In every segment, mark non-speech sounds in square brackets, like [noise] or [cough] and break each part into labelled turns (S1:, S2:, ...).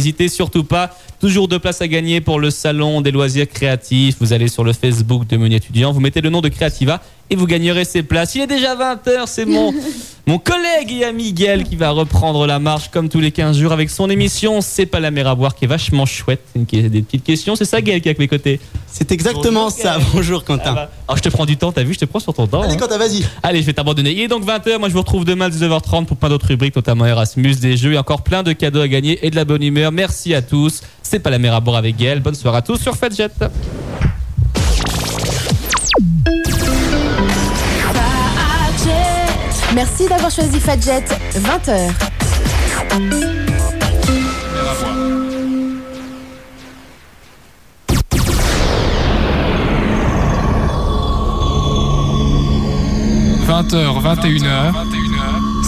S1: n'hésitez surtout pas. Toujours deux places à gagner pour le salon des loisirs créatifs. Vous allez sur le Facebook de Menu étudiant, vous mettez le nom de Creativa et vous gagnerez ces places. Il est déjà 20h, c'est mon, mon collègue et ami Miguel qui va reprendre la marche comme tous les 15 jours avec son émission C'est pas la mer à boire qui est vachement chouette. Une- qui a Des petites questions, c'est ça Gaël qui est à mes côtés.
S2: C'est exactement
S1: Bonjour,
S2: ça.
S1: Gaël.
S2: Bonjour Quentin.
S1: Ah bah, Alors je te prends du temps, t'as vu, je te prends sur ton temps.
S2: Allez
S1: hein.
S2: Quentin, vas-y.
S1: Allez, je vais t'abandonner. Il est donc 20h. Moi, je vous retrouve demain à 19h30 pour plein d'autres rubriques, notamment Erasmus, des jeux et encore plein de cadeaux à gagner et de la bonne humeur. Merci à tous. C'est pas la mer à boire avec Gaël. Bonne soirée à tous sur FedJet.
S3: Merci d'avoir choisi Fadjet, 20h.
S4: h 21h,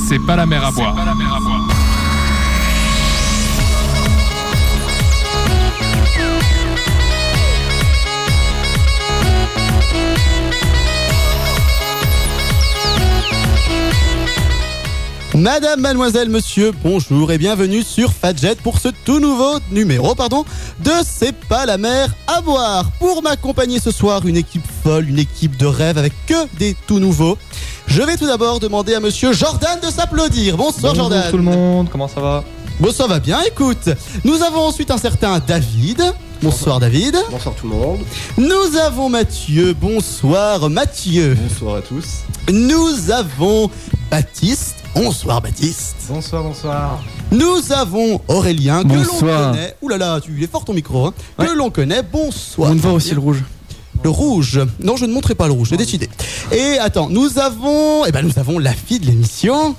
S4: c'est pas la mer à boire.
S2: Madame, mademoiselle, monsieur, bonjour et bienvenue sur Fadjet pour ce tout nouveau numéro pardon, de C'est pas la mer à boire. Pour m'accompagner ce soir, une équipe folle, une équipe de rêve avec que des tout nouveaux. Je vais tout d'abord demander à monsieur Jordan de s'applaudir. Bonsoir
S5: Bonjour
S2: Jordan.
S5: tout le monde, comment ça va
S2: Bon, ça va bien, écoute. Nous avons ensuite un certain David. Bonsoir David.
S6: Bonsoir tout le monde.
S2: Nous avons Mathieu. Bonsoir Mathieu.
S6: Bonsoir à tous.
S2: Nous avons Baptiste. Bonsoir Baptiste.
S6: Bonsoir, bonsoir.
S2: Nous avons Aurélien que l'on
S5: Bonsoir.
S2: connaît. Ouh là là, tu il est fort ton micro. Hein. Que l'on connaît. Bonsoir.
S5: On ne voit aussi le rouge.
S2: Le rouge. Non, je ne montrerai pas le rouge. J'ai décidé. Et attends, nous avons. Eh ben, nous avons la fille de l'émission.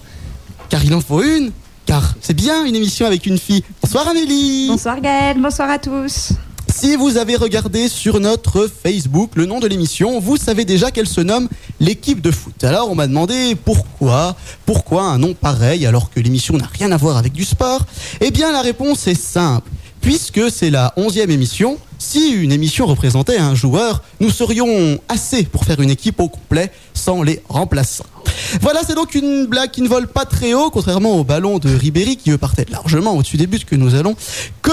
S2: Car il en faut une. Car c'est bien une émission avec une fille. Bonsoir Amélie.
S7: Bonsoir Gaël, bonsoir à tous.
S2: Si vous avez regardé sur notre Facebook le nom de l'émission, vous savez déjà qu'elle se nomme l'équipe de foot. Alors on m'a demandé pourquoi, pourquoi un nom pareil alors que l'émission n'a rien à voir avec du sport Eh bien la réponse est simple. Puisque c'est la onzième émission, si une émission représentait un joueur, nous serions assez pour faire une équipe au complet sans les remplaçants. Voilà, c'est donc une blague qui ne vole pas très haut, contrairement au ballon de Ribéry qui eux, partait largement au-dessus des buts que nous allons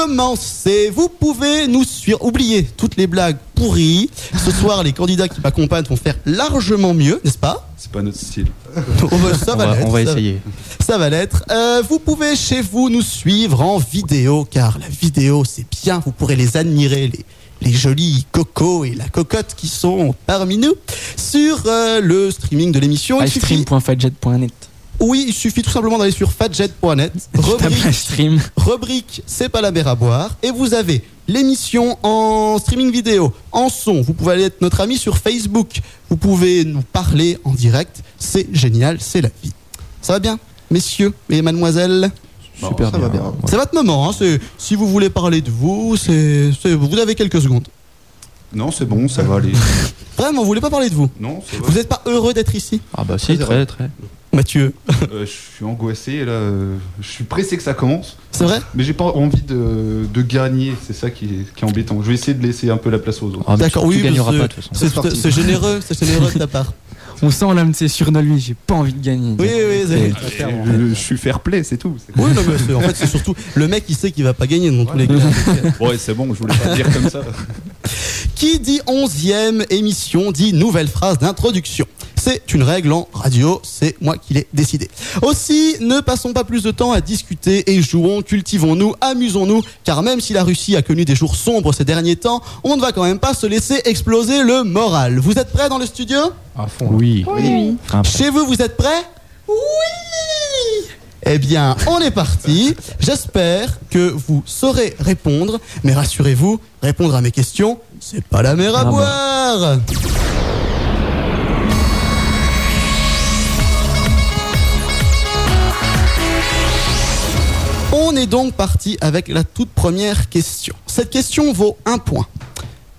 S2: commencer. Vous pouvez nous suivre, oubliez toutes les blagues pourries. Ce soir, les candidats qui m'accompagnent vont faire largement mieux, n'est-ce pas
S6: C'est pas notre style.
S2: Oh, bah, Ça
S5: on, va,
S2: l'être,
S5: on va
S2: ça-
S5: essayer.
S2: ça va l'être. Euh, vous pouvez chez vous nous suivre en vidéo, car la vidéo, c'est bien. Vous pourrez les admirer, les, les jolis cocos et la cocotte qui sont parmi nous sur euh, le streaming de
S1: Ah,
S2: l'émission. Il suffit-
S5: Livestream.fadjet.net.
S2: Oui, il suffit tout simplement d'aller sur fatjet.net,
S5: Tapez
S2: rubrique,
S5: stream.
S2: rubrique C'est pas la mer à boire, et vous avez l'émission en streaming vidéo, en son. Vous pouvez aller être notre ami sur Facebook. Vous pouvez nous parler en direct. C'est génial, c'est la vie. Ça va bien, messieurs et mademoiselles
S5: Super
S6: ça va bien.
S2: c'est votre moment, hein, c'est- si vous voulez parler de vous, c'est, c'est- vous avez quelques secondes.
S6: Non, c'est bon, ça va aller.
S2: Vraiment, vous voulez pas parler de vous
S6: Non, ça
S2: Vous
S6: va.
S2: n'êtes pas heureux d'être ici
S5: Ah bah si,
S6: Très
S5: très très.
S2: Mathieu.
S6: Euh, je suis angoissé et là, euh, je suis pressé que ça commence,
S2: C'est vrai
S6: mais j'ai pas envie de, de gagner. C'est ça qui est, qui est embêtant. Je vais essayer de laisser un peu la place aux autres.
S5: Ah, mais
S2: D'accord,
S5: tu,
S2: oui,
S5: tu gagneras
S2: parce
S5: pas de
S2: que-
S5: toute façon.
S2: c'est,
S6: C'est parti.
S2: c'est généreux, c'est généreux de
S5: [laughs]
S2: ta part.
S5: On sent l'âme de ses surnommés, j'ai pas envie de gagner.
S2: Oui, oui, oui. c'est-
S6: Je,
S8: Ah,
S6: je- je suis fair play, c'est tout. C'est-
S2: Oui, non, mais c'est- en fait, c'est surtout le mec qui sait qu'il va pas gagner dans tous les cas.
S6: Ouais, c'est bon, je voulais pas dire comme ça.
S2: Qui dit onzième émission dit nouvelle phrase d'introduction. C'est une règle en radio, c'est moi qui l'ai décidé. Aussi, ne passons pas plus de temps à discuter et jouons, cultivons-nous, amusons-nous, car même si la Russie a connu des jours sombres ces derniers temps, on ne va quand même pas se laisser exploser le moral. Vous êtes prêts dans le studio
S5: Oui.
S2: Chez vous, vous êtes prêts Oui Eh bien, on est parti. J'espère que vous saurez répondre, mais rassurez-vous, répondre à mes questions, c'est pas la mer à
S5: Ah bah.
S2: boire On est donc parti avec la toute première question. Cette question vaut un point.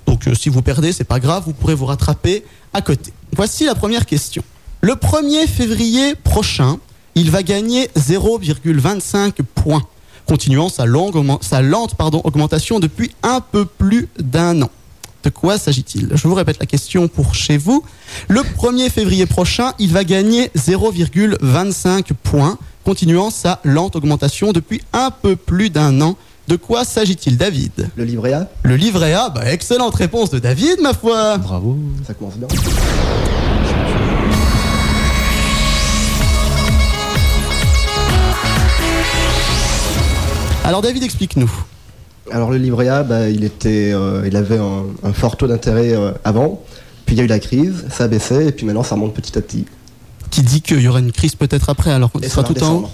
S2: Donc euh, si vous perdez, c'est pas grave, vous pourrez vous rattraper à côté. Voici la première question. Le 1er février prochain, il va gagner 0,25 points, continuant sa, longue augmen- sa lente pardon, augmentation depuis un peu plus d'un an. De quoi s'agit-il Je vous répète la question pour chez vous. Le 1er février prochain, il va gagner 0,25 points, continuant sa lente augmentation depuis un peu plus d'un an. De quoi s'agit-il, David
S8: Le livret A,
S2: Le livret A, bah, excellente réponse de David, ma foi.
S1: Bravo.
S8: ça commence bien.
S2: Alors, David, explique-nous.
S8: Alors le livret A, bah, il, était, euh, il avait un, un fort taux d'intérêt euh, avant, puis il y a eu la crise, ça baissait, et puis maintenant ça remonte petit à petit.
S2: Qui dit qu'il y aura une crise peut-être après, alors qu'on
S8: Et
S2: sera
S8: ça va
S2: tout en haut
S8: redescendre.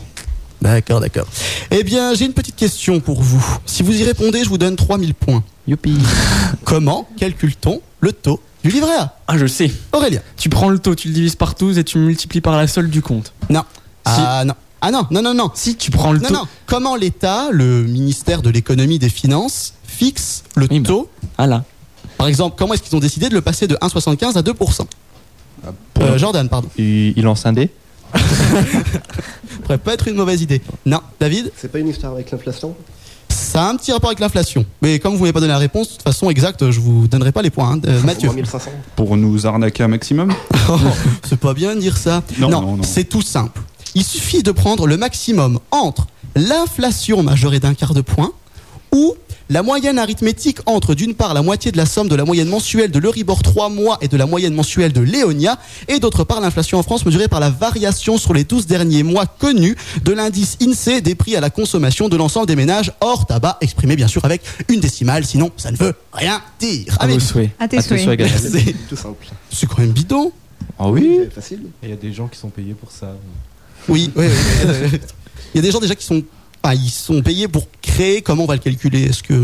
S2: D'accord, d'accord. Eh bien, j'ai une petite question pour vous. Si vous y répondez, je vous donne 3000 points.
S1: Youpi.
S2: [laughs] Comment calcule-t-on le taux du livret A
S1: Ah, je sais.
S2: Aurélien
S1: Tu prends le taux, tu le divises par 12 et tu multiplies par la solde du compte.
S2: Non. Ah non. Ah non, non, non, non.
S1: Si tu prends le
S2: Non,
S1: taux.
S2: non. Comment l'État, le ministère de l'économie et des finances, fixe le
S1: Oui, bah.
S2: taux
S1: Ah là.
S2: Par exemple, comment est-ce qu'ils ont décidé de le passer de 1,75 à 2% Euh, Jordan, pardon.
S9: Il, il lance un dé.
S2: Ça pourrait pas être une mauvaise idée. Non, David,
S8: C'est pas une histoire avec l'inflation
S2: ça a un petit rapport avec l'inflation. Mais comme vous m'avez pas donné la réponse, de toute façon exacte, je vous donnerai pas les points. hein. Euh, Mathieu.
S8: Au moins 1500.
S6: Pour nous arnaquer un maximum
S2: Oh, [laughs] c'est pas bien de dire ça.
S6: Non, non, non.
S2: c'est tout simple. Il suffit de prendre le maximum entre l'inflation majorée d'un quart de point ou la moyenne arithmétique entre d'une part la moitié de la somme de la moyenne mensuelle de l'Euribor 3 mois et de la moyenne mensuelle de Léonia et d'autre part l'inflation en France mesurée par la variation sur les 12 derniers mois connus de l'indice INSEE E des prix à la consommation de l'ensemble des ménages hors tabac exprimé bien sûr avec une décimale sinon ça ne veut rien dire.
S6: Ah,
S1: À vos
S2: Amélie.
S1: souhaits.
S10: À tes
S9: À tes
S10: souhaits.
S9: souhaits, Gaël.
S2: [laughs] C'est-
S8: Tout simple.
S2: c'est quand même bidon.
S9: Ah oui
S8: C'est facile.
S5: Il y a des gens qui sont payés pour ça.
S8: Euh,
S2: Oui, oui, oui. [laughs] Il y a des gens déjà qui sont ah, ils sont payés pour créer comment on va le calculer. Est-ce que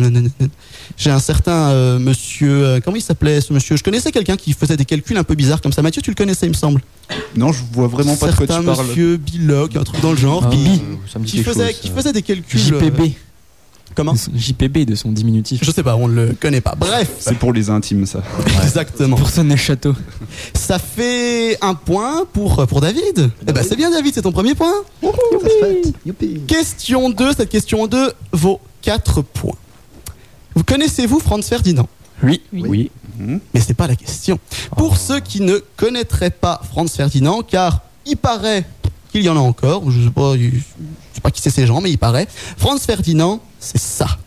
S2: j'ai un certain euh, monsieur euh, comment il s'appelait ce monsieur Je connaissais quelqu'un qui faisait des calculs un peu bizarres comme ça. Mathieu, tu le connaissais, il me semble.
S6: Non, je vois vraiment pas de quoi
S2: certain
S6: tu parles.
S2: monsieur Billock, un truc dans le genre,
S1: Ah,
S2: qui,
S1: Bi.
S9: Ça me dit
S2: qui
S9: quelque
S2: faisait
S9: chose.
S2: qui faisait des calculs. euh,
S1: JPB.
S2: comment
S1: de son- JPB de son diminutif.
S2: Je sais pas, on le connaît pas. Bref,
S6: C'est pour les intimes, ça.
S2: exactement.
S1: Pour sonner château.
S2: Ça fait un point pour pour David. Eh ben c'est bien David, c'est ton premier point.
S8: Ça se fête. Youpi.
S2: Question 2, cette question 2 vaut 4 points. Vous connaissez-vous Franz Ferdinand
S1: Oui.
S9: Oui.
S2: Mais c'est pas la question. Pour ceux qui ne connaîtraient pas Franz Ferdinand, car il paraît qu'il y en a encore, je sais pas, je sais pas qui c'est ces gens, mais il paraît. Franz Ferdinand, c'est ça.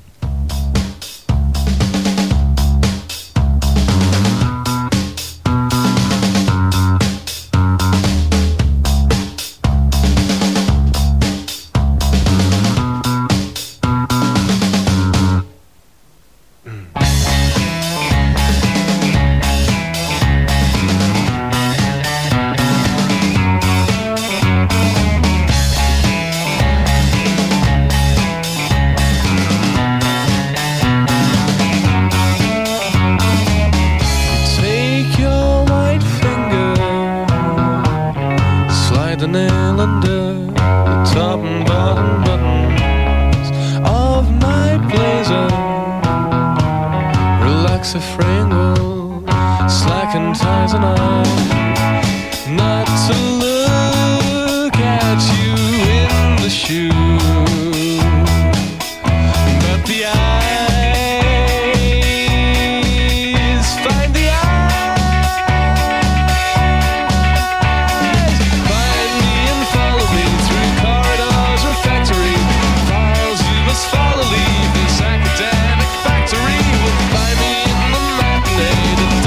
S5: Take your white finger, slide the nail under the top and bottom buttons of my blazer. Relax the frangle, slacken ties and all. Not to look at you in the shoe. But the eyes find the eyes. Find me and follow me through corridors or factory files. You must follow, leave this academic factory. Find me in the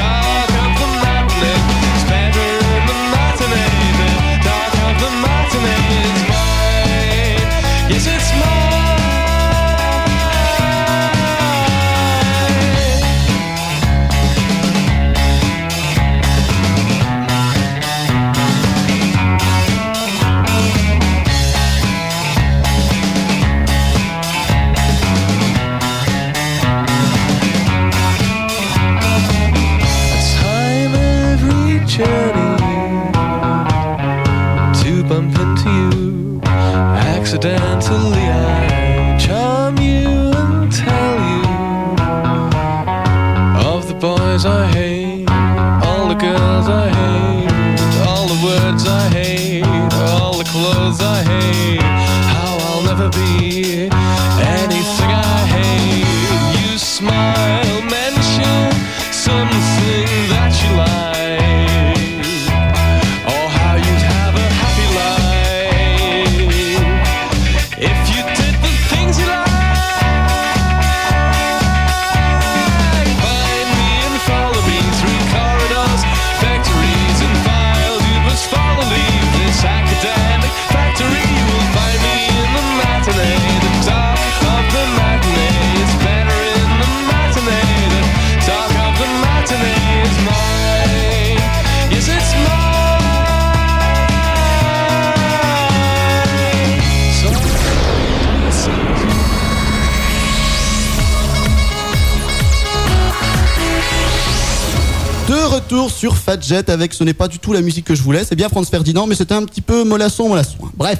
S2: De retour sur Fat Jet avec ce n'est pas du tout la musique que je voulais, c'est bien Franz Ferdinand, mais c'était un petit peu mollasson, mollasson. hein. Bref.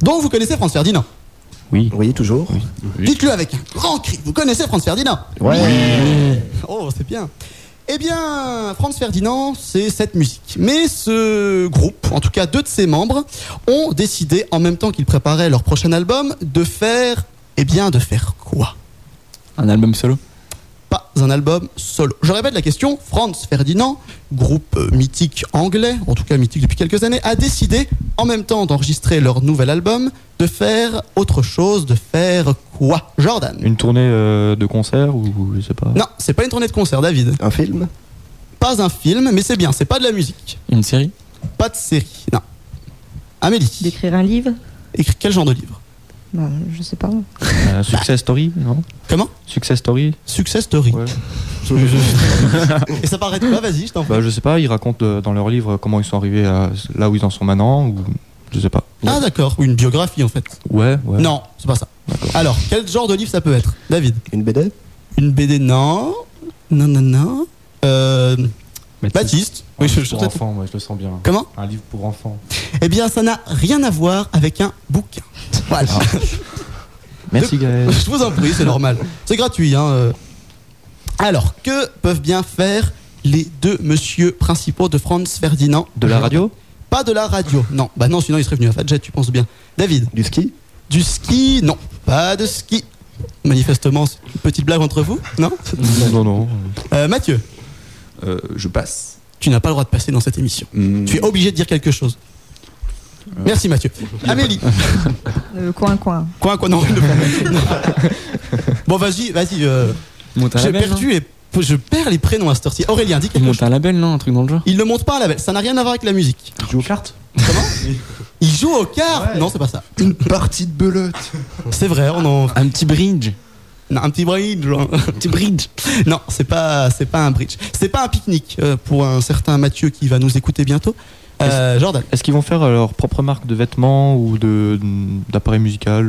S2: Donc vous connaissez Franz Ferdinand
S8: Oui.
S11: Oui, toujours.
S2: Dites-le avec un grand cri, vous connaissez Franz Ferdinand
S11: Ouais.
S2: Oh, c'est bien. Eh bien, Franz Ferdinand, c'est cette musique. Mais ce groupe, en tout cas deux de ses membres, ont décidé, en même temps qu'ils préparaient leur prochain album, de faire. Eh bien, de faire quoi
S5: Un album solo
S2: Pas un album solo. Je répète la question. Franz Ferdinand, groupe euh, mythique anglais, en tout cas mythique depuis quelques années, a décidé, en même temps d'enregistrer leur nouvel album, de faire autre chose, de faire quoi Jordan
S8: Une tournée euh, de concert ou je sais pas.
S2: Non, c'est pas une tournée de concert, David.
S11: Un film
S2: Pas un film, mais c'est bien, c'est pas de la musique.
S5: Une série
S2: Pas de série, non. Amélie,
S7: D'écrire un livre
S2: écris quel genre de livre
S7: ben, Je sais pas.
S8: Euh, success story, non
S2: Comment
S8: Success story.
S2: Success story.
S8: Ouais.
S2: Et ça paraît pas, vas-y, je t'en prie.
S8: Bah je sais pas. Ils racontent euh, dans leur livre comment ils sont arrivés à là où ils en sont maintenant ou je sais pas.
S2: Ah d'accord, oui, une biographie en fait.
S8: Ouais. ouais.
S2: Non, c'est pas ça. Alors, quel genre de livre ça peut être David
S11: Une BD
S2: Une BD Non. Non, non, non. Euh,
S8: Mais tu-
S2: Baptiste
S8: Un
S2: Oui, je,
S8: livre
S2: je-
S8: Ah, pour enfants, moi je le sens bien.
S2: Comment
S8: Un livre pour enfants.
S2: Eh bien, ça n'a rien à voir avec un bouquin. Voilà.
S8: Merci Gaël.
S2: Je vous en prie, c'est normal. C'est gratuit. Hein. euh. Alors, que peuvent bien faire les deux monsieur principaux de Franz Ferdinand
S8: De la radio
S2: Pas de la radio, non. Bah non, sinon il serait venu à Fadjet, tu penses bien. David,
S11: Du ski
S2: du ski Non, pas de ski. Manifestement, c'est une petite blague entre vous, non
S8: [laughs] Non non.
S2: Euh, Mathieu,
S6: Euh, je passe.
S2: tu n'as pas le droit de passer dans cette émission.
S6: Hmm.
S2: Tu es obligé de dire quelque chose.
S8: Euh. [laughs]
S2: Merci Mathieu. Amélie,
S7: Euh, coin, coin.
S2: quoi, quoi, non. non. Bon, vas-y, vas-y. euh,
S5: Monte un
S2: J'ai
S5: label.
S2: perdu
S8: hein.
S2: et je perds les prénoms à cette heure-ci. Aurélien, dis
S5: Il
S2: quelque chose.
S5: monte un label, non Un truc dans le genre
S2: Il ne monte pas à la belle, ça n'a rien à voir avec la musique.
S6: Tu joues aux cartes
S2: Il joue au quart Non, c'est pas ça.
S6: Une partie de belote.
S2: C'est vrai, on en.
S5: Un petit bridge.
S2: non, un petit bridge. genre.
S5: Un petit bridge.
S2: Non, c'est pas, c'est pas un bridge. C'est pas un pique-nique euh, pour un certain Mathieu qui va nous écouter bientôt. Euh, Jordan,
S8: Est-ce qu'ils vont faire euh, leur propre marque de vêtements ou de d'appareils musicaux J'en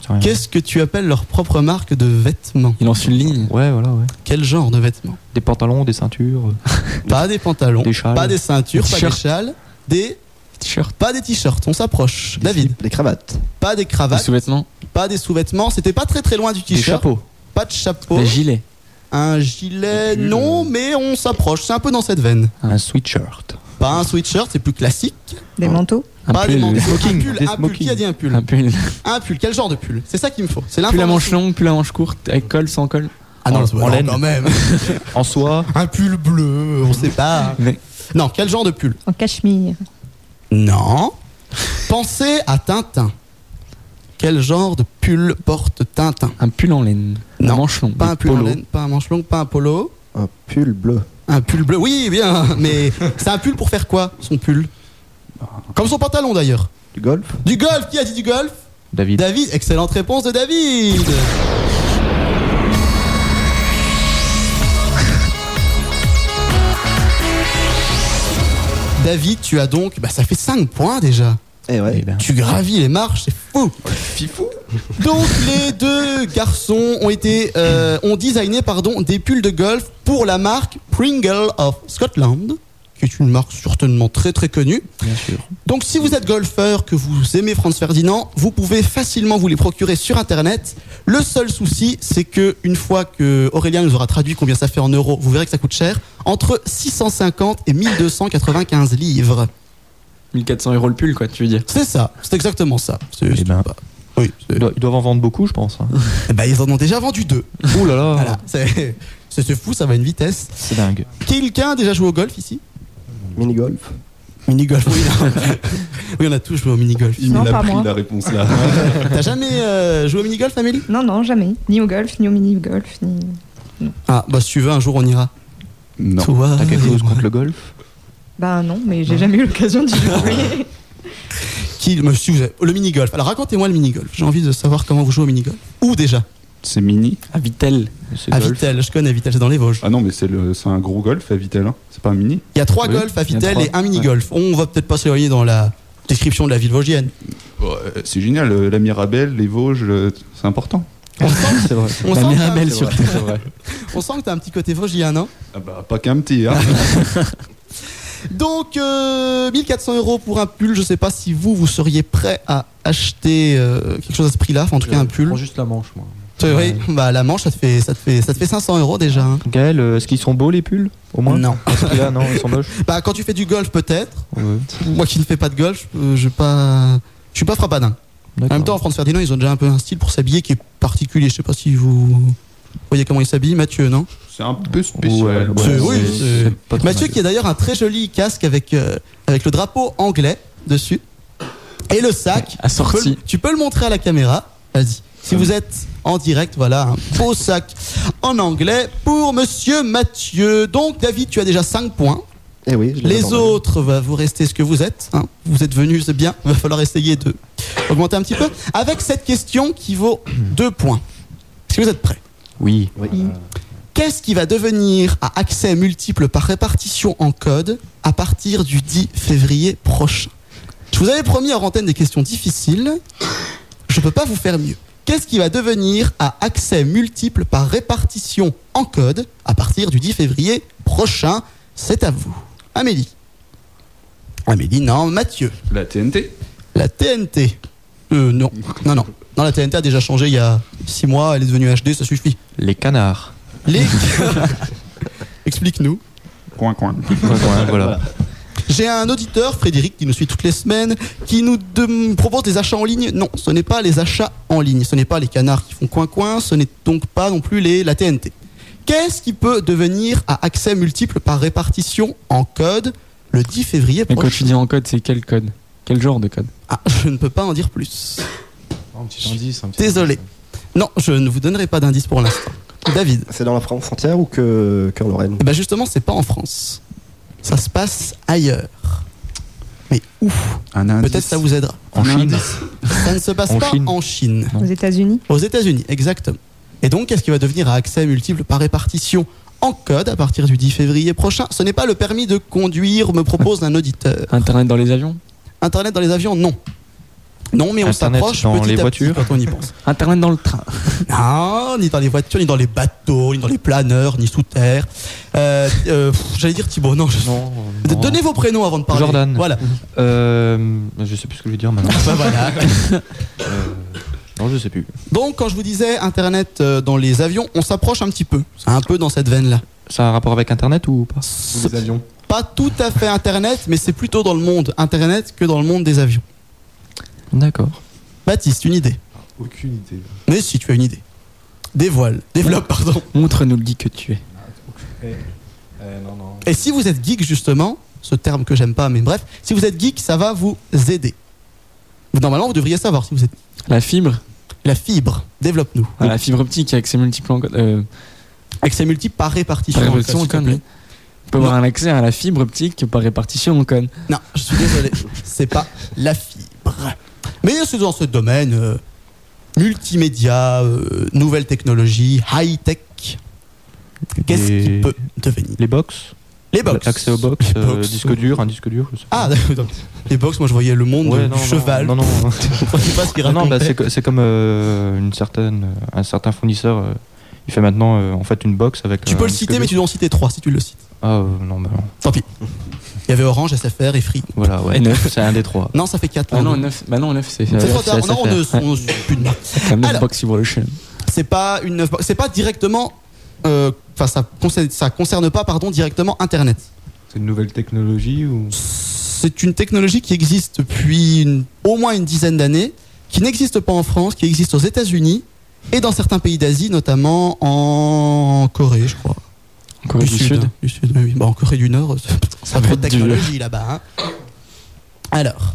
S8: sais rien.
S2: qu'est-ce que tu appelles leur propre marque de vêtements
S5: Il lance une ligne.
S8: Ouais voilà ouais.
S2: Quel genre de vêtements
S8: Des pantalons, des ceintures. euh,
S2: Pas des pantalons,
S8: Des châles.
S2: pas des ceintures,
S5: Des
S2: pas des
S5: t-shirts.
S2: châles, des
S5: T-shirt.
S2: pas des t-shirts. On s'approche. David,
S11: Des cravates.
S2: pas des
S5: Des
S2: cravates,
S5: sous-vêtements.
S2: pas des sous-vêtements. C'était pas très très loin du
S8: Des
S2: t-shirt.
S8: chapeaux.
S2: Pas de chapeau,
S5: Des gilets.
S2: un gilet. Non, mais on s'approche. C'est un peu dans cette veine.
S5: Hein.
S8: Un sweatshirt.
S2: Pas un sweatshirt, c'est plus classique.
S7: Des manteaux
S5: Un
S2: pas des
S5: pull.
S2: manteaux.
S8: smoking,
S2: Un pull,
S8: des
S2: un pull. Qui a
S8: smoking.
S2: dit un
S5: [laughs]
S2: pull
S5: Un pull.
S2: Un pull. Quel genre de pull C'est ça qu'il me faut. C'est
S5: Plus la manche
S2: l'information.
S5: longue, plus la manche courte. Avec col, sans col.
S2: Ah non,
S8: En-
S2: c'est-
S8: en
S2: non,
S8: laine.
S2: quand même.
S8: En soie.
S2: Un pull bleu, on sait pas.
S5: Mais-
S2: Non, quel genre de pull
S7: en cachemire.
S2: Non. Pensez à Tintin. Quel genre de pull porte Tintin
S5: Un pull en laine.
S2: Non,
S5: un manche long.
S2: Pas
S5: des
S2: un pull en
S5: polos.
S2: laine, pas un manche longue, pas un polo.
S11: Un pull bleu.
S2: Un pull bleu, oui, bien, mais c'est un pull pour faire quoi, son pull Comme son pantalon d'ailleurs.
S11: Du golf
S2: Du golf, qui a dit du golf
S8: David.
S2: David, excellente réponse de David David, tu as donc, bah ça fait 5 points déjà.
S11: Eh ouais.
S8: Eh ben.
S2: Tu gravis les marches, c'est fou. Donc les deux garçons ont été, euh, ont designé pardon des pulls de golf pour la marque Pringle of Scotland, qui est une marque certainement très très connue.
S8: Bien sûr.
S2: Donc si vous êtes golfeur, que vous aimez Franz Ferdinand, vous pouvez facilement vous les procurer sur internet. Le seul souci, c'est que une fois que Aurélien nous aura traduit combien ça fait en euros, vous verrez que ça coûte cher, entre 650 et 1295 livres.
S5: 1400 euros le pull, quoi, tu veux dire.
S2: C'est ça, c'est exactement ça. C'est-
S8: Eh ben.
S2: Oui,
S8: Ils
S2: c'est-
S8: doivent, ils doivent en vendre beaucoup, je pense. hein.
S2: Eh ben, ils en ont déjà vendu [laughs] deux.
S8: Ouh là là,
S2: Voilà, c'est c'est- c'est fou, ça va à une vitesse.
S8: c'est dingue.
S2: Quelqu'un a déjà joué au golf ici
S11: Mini-golf.
S2: Mini-golf, oui. [laughs] oui, on a tous joué au mini-golf.
S6: Il
S2: [laughs]
S7: Non,
S6: l'a
S7: pas
S6: pris
S7: moi.
S6: la réponse là.
S2: T'as jamais euh, joué au mini-golf, Amélie
S7: Non, non, jamais. Ni au golf, ni au mini-golf, ni...
S2: Ah, bah si tu veux, un jour on ira.
S6: non.
S2: Toi,
S8: T'as quelque chose
S2: moi.
S8: contre le golf
S7: Ben non, mais j'ai jamais eu l'occasion [laughs] d'y jouer.
S2: Qui, mais si vous avez- le mini-golf. Alors racontez-moi le mini-golf. J'ai envie de savoir comment vous jouez au mini-golf. Où déjà
S6: C'est mini.
S5: À Vitel.
S8: C'est
S2: À
S8: golf.
S2: Vitel. Je connais Vitel, c'est dans les Vosges.
S6: Ah non, mais c'est le, c'est un gros golf à Vitel. Hein. C'est pas un mini.
S2: Il y a trois
S5: Oui,
S2: golfs à
S5: il y a
S2: Vitel
S5: trois.
S2: et un mini-golf. On va peut-être pas s'éloigner dans la description de la ville vosgienne.
S6: Bon, euh, c'est génial. euh, La Mirabelle, les Vosges, euh, c'est important.
S2: On sent,
S11: C'est vrai.
S2: on
S5: La
S2: sent que t'as-
S5: Mirabelle sur
S11: C'est vrai, c'est vrai.
S2: on sent que t'as un petit côté vosgien, hein
S6: Ah bah, pas qu'un petit, hein.
S2: Donc, euh, 1400 euros pour un pull. Je sais pas si vous, vous seriez prêt à acheter euh, quelque chose à ce prix-là. Enfin, en tout cas, un
S8: Je
S2: pull.
S8: prends juste la manche, moi.
S2: Oui, oui. bah, la manche, ça te fait, ça te fait, ça te fait 500 euros déjà. hein.
S8: Gaël, euh, est-ce qu'ils sont beaux les pulls Au moins
S2: Non.
S8: À ce prix-là, non, ils
S5: [laughs]
S8: sont moches.
S2: Bah, quand tu fais du golf, peut-être.
S8: Ouais.
S2: Moi qui ne fais pas de golf, euh, je pas. Je suis pas frappadin. En même temps, Franz Ferdinand, ils ont déjà un peu un style pour s'habiller qui est particulier. Je sais pas si vous voyez comment ils s'habillent, Mathieu, non
S6: [laughs] C'est un peu
S8: Ouais,
S6: spécial.
S8: ouais,
S2: C'est- oui,
S8: c'est-
S2: c'est-
S8: c'est pas trop
S2: Mathieu
S8: mal.
S2: qui a d'ailleurs un très joli casque avec, euh, avec le drapeau anglais dessus. Et le sac. Tu peux le-
S5: Assorti.
S2: tu peux le montrer à la caméra. Vas-y. Si vous êtes en direct, voilà un beau sac en anglais pour monsieur Mathieu. Donc, David, tu as déjà 5 points.
S11: Eh oui, je l'ai
S2: Les
S11: abordé.
S2: autres, va vous restez ce que vous êtes. hein. Vous êtes venus, c'est bien. Il va falloir essayer de augmenter un petit peu. Avec cette question qui vaut 2 points. Si vous êtes prêts.
S8: Oui.
S11: Oui.
S7: Oui.
S2: Qu'est-ce qui va devenir à accès multiple par répartition en code à partir du 10 février prochain Je vous avais promis en antenne des questions difficiles. Je peux pas vous faire mieux. Qu'est-ce qui va devenir à accès multiple par répartition en code à partir du 10 février prochain C'est à vous. Amélie. Amélie, non. Mathieu.
S6: La TNT
S2: La TNT. Euh, non. Non, non. Non, la TNT a déjà changé il y a 6 mois. Elle est devenue HD, ça suffit.
S8: Les canards.
S2: Les. Explique-nous.
S6: Coin, [laughs] coin.
S8: Ouais, ouais, voilà.
S2: J'ai un auditeur, Frédéric, qui nous suit toutes les semaines, qui nous de- propose des achats en ligne. Non, ce n'est pas les achats en ligne, ce n'est pas les canards qui font coin-coin, ce n'est donc pas non plus les, la TNT. Qu'est-ce qui peut devenir à accès multiple par répartition en code le 10 février
S5: Mais quand tu
S2: prochain
S5: dis en code, c'est quel code Quel genre de code
S2: Ah, je ne peux pas en dire plus.
S8: Ah, Un petit indice. hein.
S2: Désolé. Non, je ne vous donnerai pas d'indice pour l'instant. David,
S11: C'est dans la France entière ou que qu'en Lorraine
S2: eh ben justement, c'est pas en France. Ça se passe ailleurs. Mais où
S6: Un indice.
S2: Peut-être ça vous aidera.
S8: En
S6: Un
S8: Chine.
S6: indice.
S2: Ça ne se passe
S8: En
S2: pas
S8: Chine.
S2: en Chine.
S7: Aux États-Unis
S2: Aux États-Unis, exactement. Et donc, qu'est-ce qui va devenir à accès multiple par répartition en code à partir du 10 février prochain Ce n'est pas le permis de conduire, me propose un auditeur.
S5: Internet dans les avions
S2: Internet dans les avions, non. Non, mais on
S8: Internet
S2: s'approche
S8: dans
S2: petit
S8: les
S2: à
S8: voitures.
S2: petit quand on
S8: [laughs]
S2: y pense.
S5: Internet dans le train.
S2: Non, ni dans les voitures, ni dans les bateaux, ni dans les planeurs, ni sous terre. Euh, euh, pff, J'allais dire Thibaut, non. je-
S8: Non. non.
S2: Donnez vos prénoms avant de parler.
S8: Jordan. [laughs]
S2: Voilà.
S8: Euh, je sais plus ce que je vais dire maintenant.
S2: Bah, voilà.
S8: Euh, non, je sais plus.
S2: Donc, quand je vous disais Internet euh, dans les avions, on s'approche un petit peu. C'est un peu dans cette veine-là.
S8: Ça a un rapport avec Internet ou pas
S11: Ou les avions
S2: pas tout à fait Internet, mais c'est plutôt dans le monde Internet que dans le monde des avions.
S8: D'accord.
S2: Baptiste, une idée.
S6: Aucune idée.
S2: Mais si tu as une idée. Dévoile, développe, pardon.
S5: Montre-nous le geek que tu es.
S2: Et si vous êtes geek, justement, ce terme que j'aime pas, mais bref, si vous êtes geek, ça va vous aider. Normalement, vous devriez savoir si vous êtes.
S5: La fibre
S2: La fibre, développe-nous.
S5: Ah, La fibre optique avec ses multiples en code. Euh,
S2: Accès multiple par répartition.
S5: par
S2: s'il
S5: répartition en
S2: te
S5: code,
S2: plaît.
S5: oui. On peut avoir un accès à la fibre optique par répartition en code.
S2: Non, je suis désolé, c'est pas la fibre. Mais c'est dans ce domaine euh, multimédia, euh, nouvelles technologies, high-tech. Qu'est-ce
S8: Des-
S2: qui peut devenir
S8: Les box
S2: Les box.
S8: Accès aux box,
S2: Les
S8: euh,
S2: box.
S8: disque dur, un disque dur, je sais
S2: Ah, [laughs]
S8: pas.
S2: d'accord. Les box, moi je voyais le monde
S8: Ouais,
S2: du
S8: non, non,
S2: cheval.
S8: Non, non,
S2: [laughs] Je comprenais pas ce qu'il
S8: Ah non, bah,
S2: racontait.
S8: c'est co- c'est comme euh, une certaine, un certain fournisseur. euh, il fait maintenant euh, en fait une box avec.
S2: tu
S8: euh,
S2: peux
S8: un
S2: le
S8: disque
S2: citer, mais tu
S8: dur.
S2: dois en citer trois si tu le cites.
S8: Ah euh, non, bah non.
S2: Tant pis. Il y avait Orange, SFR et Free.
S8: Voilà, ouais.
S5: Et
S2: E.
S5: neuf.
S8: C'est un des trois.
S2: Non, ça fait quatre.
S5: Ah
S2: non.
S5: non, 9, bah non, 9 c'est.
S2: c'est trop
S8: c'est
S2: tard. Non, on ne
S8: SFR.
S2: on ne suit plus de marque.
S5: La
S2: Alors.
S5: même box ouvre le chien.
S2: C'est pas une neuf box. C'est pas directement. euh, Enfin, ça, concerne, ça concerne pas, pardon, directement Internet.
S8: C'est une nouvelle technologie ou
S2: C'est une technologie qui existe depuis une- au moins une dizaine d'années, qui n'existe pas en France, qui existe aux États-Unis et dans certains pays d'Asie, notamment en Corée, je crois.
S5: En Corée du Sud.
S2: Du sud, oui, oui. Bah, en Corée du Nord, ça, ça
S5: va
S2: trop
S5: être
S2: de technologie là-bas. hein. Alors,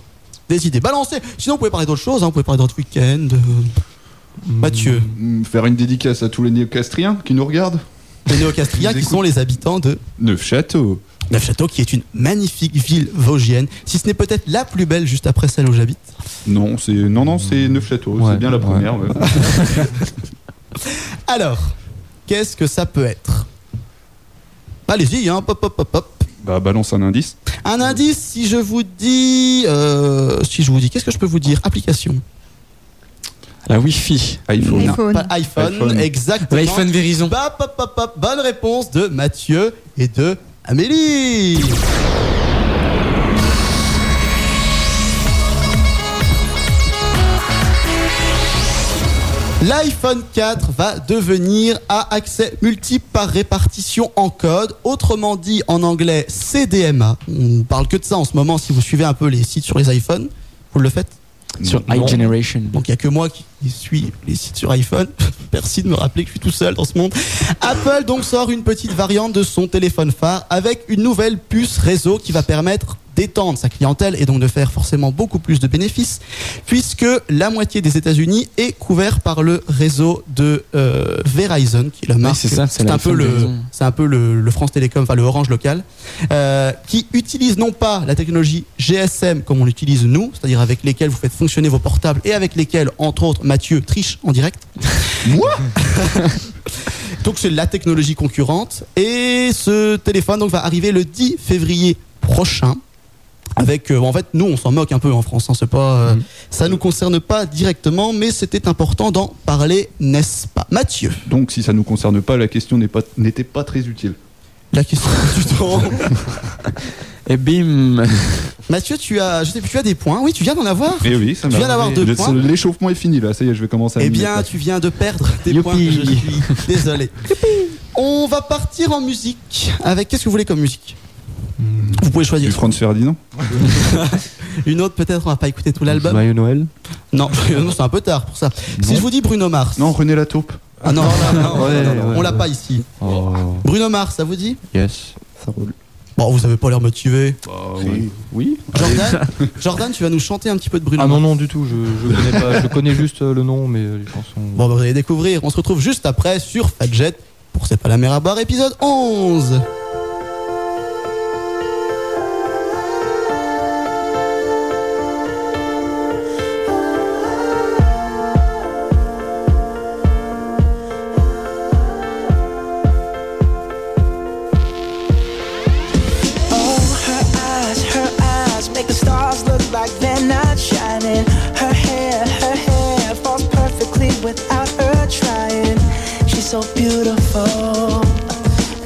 S2: des idées balancées. Sinon, vous pouvez parler d'autres choses. hein. Vous pouvez parler d'autres week-ends. euh, Mathieu,
S6: Hmm, Faire une dédicace à tous les néocastriens qui nous regardent.
S2: les néocastriens
S6: Je vous
S2: qui
S6: écoute.
S2: sont les habitants de
S6: Neuf châteaux.
S2: Neufchâteau, qui est une magnifique ville vosgienne. Si ce n'est peut-être la plus belle juste après celle où j'habite.
S6: Non, c'est non, non, c'est neuf châteaux.
S8: Ouais,
S6: c'est bien la
S8: ouais.
S6: première. Mm. [laughs] ouais.
S2: Alors, qu'est-ce que ça peut être Allez-y, hein, pop, pop, pop, pop.
S6: Bah balance un indice.
S2: Un indice, si je vous dis. euh, si je vous dis, qu'est-ce que je peux vous dire Application.
S5: La Wi-Fi.
S6: iPhone.
S2: Non,
S7: iPhone.
S2: pas iPhone,
S6: iPhone.
S2: exactement.
S5: L'iPhone Verizon.
S2: Bah, pop, pop, pop. Bonne réponse de Mathieu et de Amélie. L'iPhone 4 va devenir à accès multiple par répartition en code, autrement dit en anglais CDMA. On parle que de ça en ce moment si vous suivez un peu les sites sur les iPhones. Vous le faites
S5: Sur
S1: Non.
S5: iGeneration.
S2: donc il n'y a que moi qui suis les sites sur iPhone. [laughs] Merci de me rappeler que je suis tout seul dans ce monde. Apple donc sort une petite variante de son téléphone phare avec une nouvelle puce réseau qui va permettre d'étendre sa clientèle et donc de faire forcément beaucoup plus de bénéfices puisque la moitié des États-Unis est couvert par le réseau de euh, Verizon qui est la marque
S5: c'est ça, c'est
S2: c'est un peu
S5: l'iPhone
S2: le
S5: Verizon.
S2: c'est un peu le, le France Télécom enfin le Orange local euh, qui utilise non pas la technologie GSM comme on l'utilise nous c'est-à-dire avec lesquels vous faites fonctionner vos portables et avec lesquels entre autres Mathieu triche en direct moi donc c'est la technologie concurrente et ce téléphone donc va arriver le 10 février prochain avec euh, en fait nous on s'en moque un peu en France hein, c'est pas euh, ça nous concerne pas directement mais c'était important d'en parler n'est-ce pas Mathieu
S6: Donc, si ça nous concerne pas, la question n'est pas- n'était pas, très utile.
S2: la question [laughs] du temps
S5: Et bim
S2: Mathieu tu as je sais plus tu as des points oui tu viens d'en avoir
S6: Mais Eh oui, ça
S2: Tu
S6: m'a
S2: viens d'avoir
S6: arrivé.
S2: deux
S6: Le-
S2: points.
S6: L'échauffement est fini là, ça y est, je vais commencer à.
S2: Eh
S6: me
S2: bien,
S6: mettre.
S2: tu viens de perdre des points. Je suis [laughs] désolé. On va partir en musique. Avec qu'est-ce que vous voulez comme musique Vous pouvez
S6: du
S2: choisir
S6: Franz Ferdinand.
S2: une autre. Peut-être on va pas écouter tout l'album.
S8: Joyeux Noël.
S2: Non, [laughs] non, c'est un peu tard pour ça. Si
S6: Non.
S2: je vous dis Bruno Mars.
S6: Non, René Lataupe.
S2: Ah non, non, non,
S8: Ouais,
S2: non, non,
S8: ouais,
S2: on l'a
S8: ouais.
S2: pas ici.
S8: Oh,
S2: Bruno Mars, ça vous dit
S8: yes.
S11: Ça roule.
S2: Bon, vous avez pas l'air motivé.
S8: Ah
S6: oui.
S2: Jordan, Jordan, tu vas nous chanter un petit peu de Bruno
S8: Ah non,
S2: Mars.
S8: non, du tout. Je, je connais pas. Je connais juste euh, le nom, mais euh, les chansons.
S2: Bon, bah, vous allez découvrir. On se retrouve juste après sur Fatjet pour C'est pas la mer à boire, épisode 11.
S12: Oh, her eyes, her eyes make the stars look like they're not shining. Her hair, her hair falls perfectly without her trying. She's so beautiful,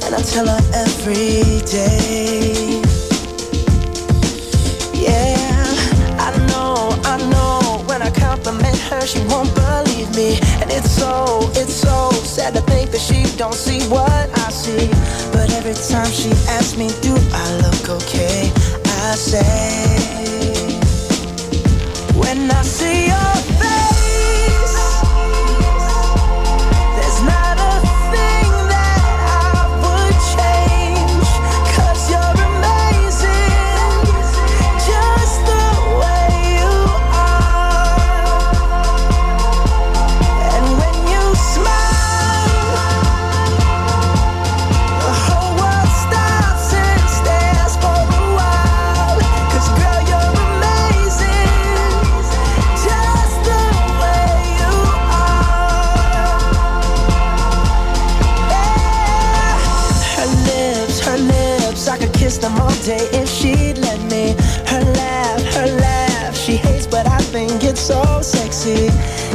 S12: and I tell her every day. Yeah, I know, I know. When I compliment her, she won't believe me. And it's so, it's so sad to think that she don't see what I see. But every time she asks me, do I look okay? I say, when I see your face, there's not a thing that I would change. you you're amazing, just the way you are. And when you smile, the whole world stops and stares for a while. 'Cause girl, you're amazing, just the way you are. Her lips, her lips, I could kiss them all day if she'd let me. Her laugh, her laugh, she hates, but I think it's so sexy.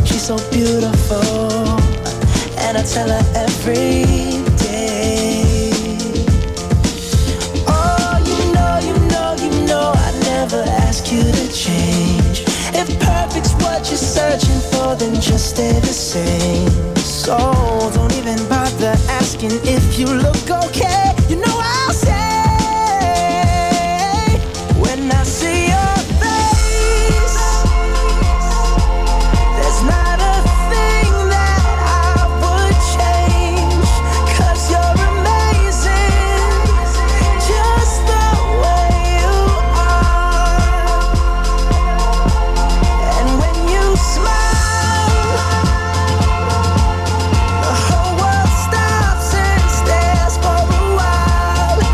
S12: She's so beautiful, and I tell her every day. Oh, you know, you know, you know, I never ask you to change. If perfect's what you're searching for, then just stay the same. So don't even bother asking if you look okay. You know I'll say when I see your face. There's not a thing that I would change. you you're amazing, just the way you are. And when you smile, the whole world stops and stares for a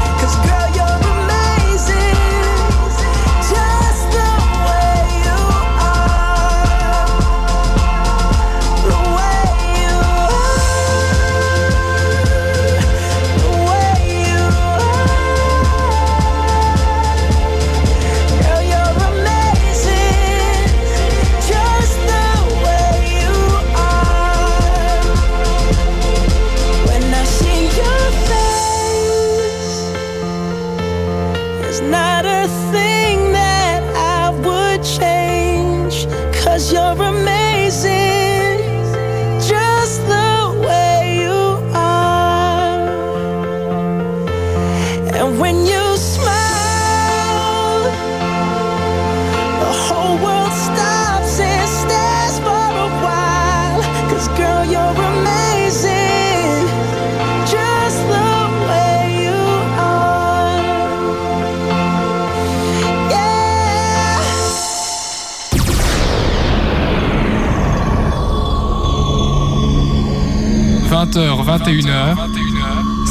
S4: 20h, 21h,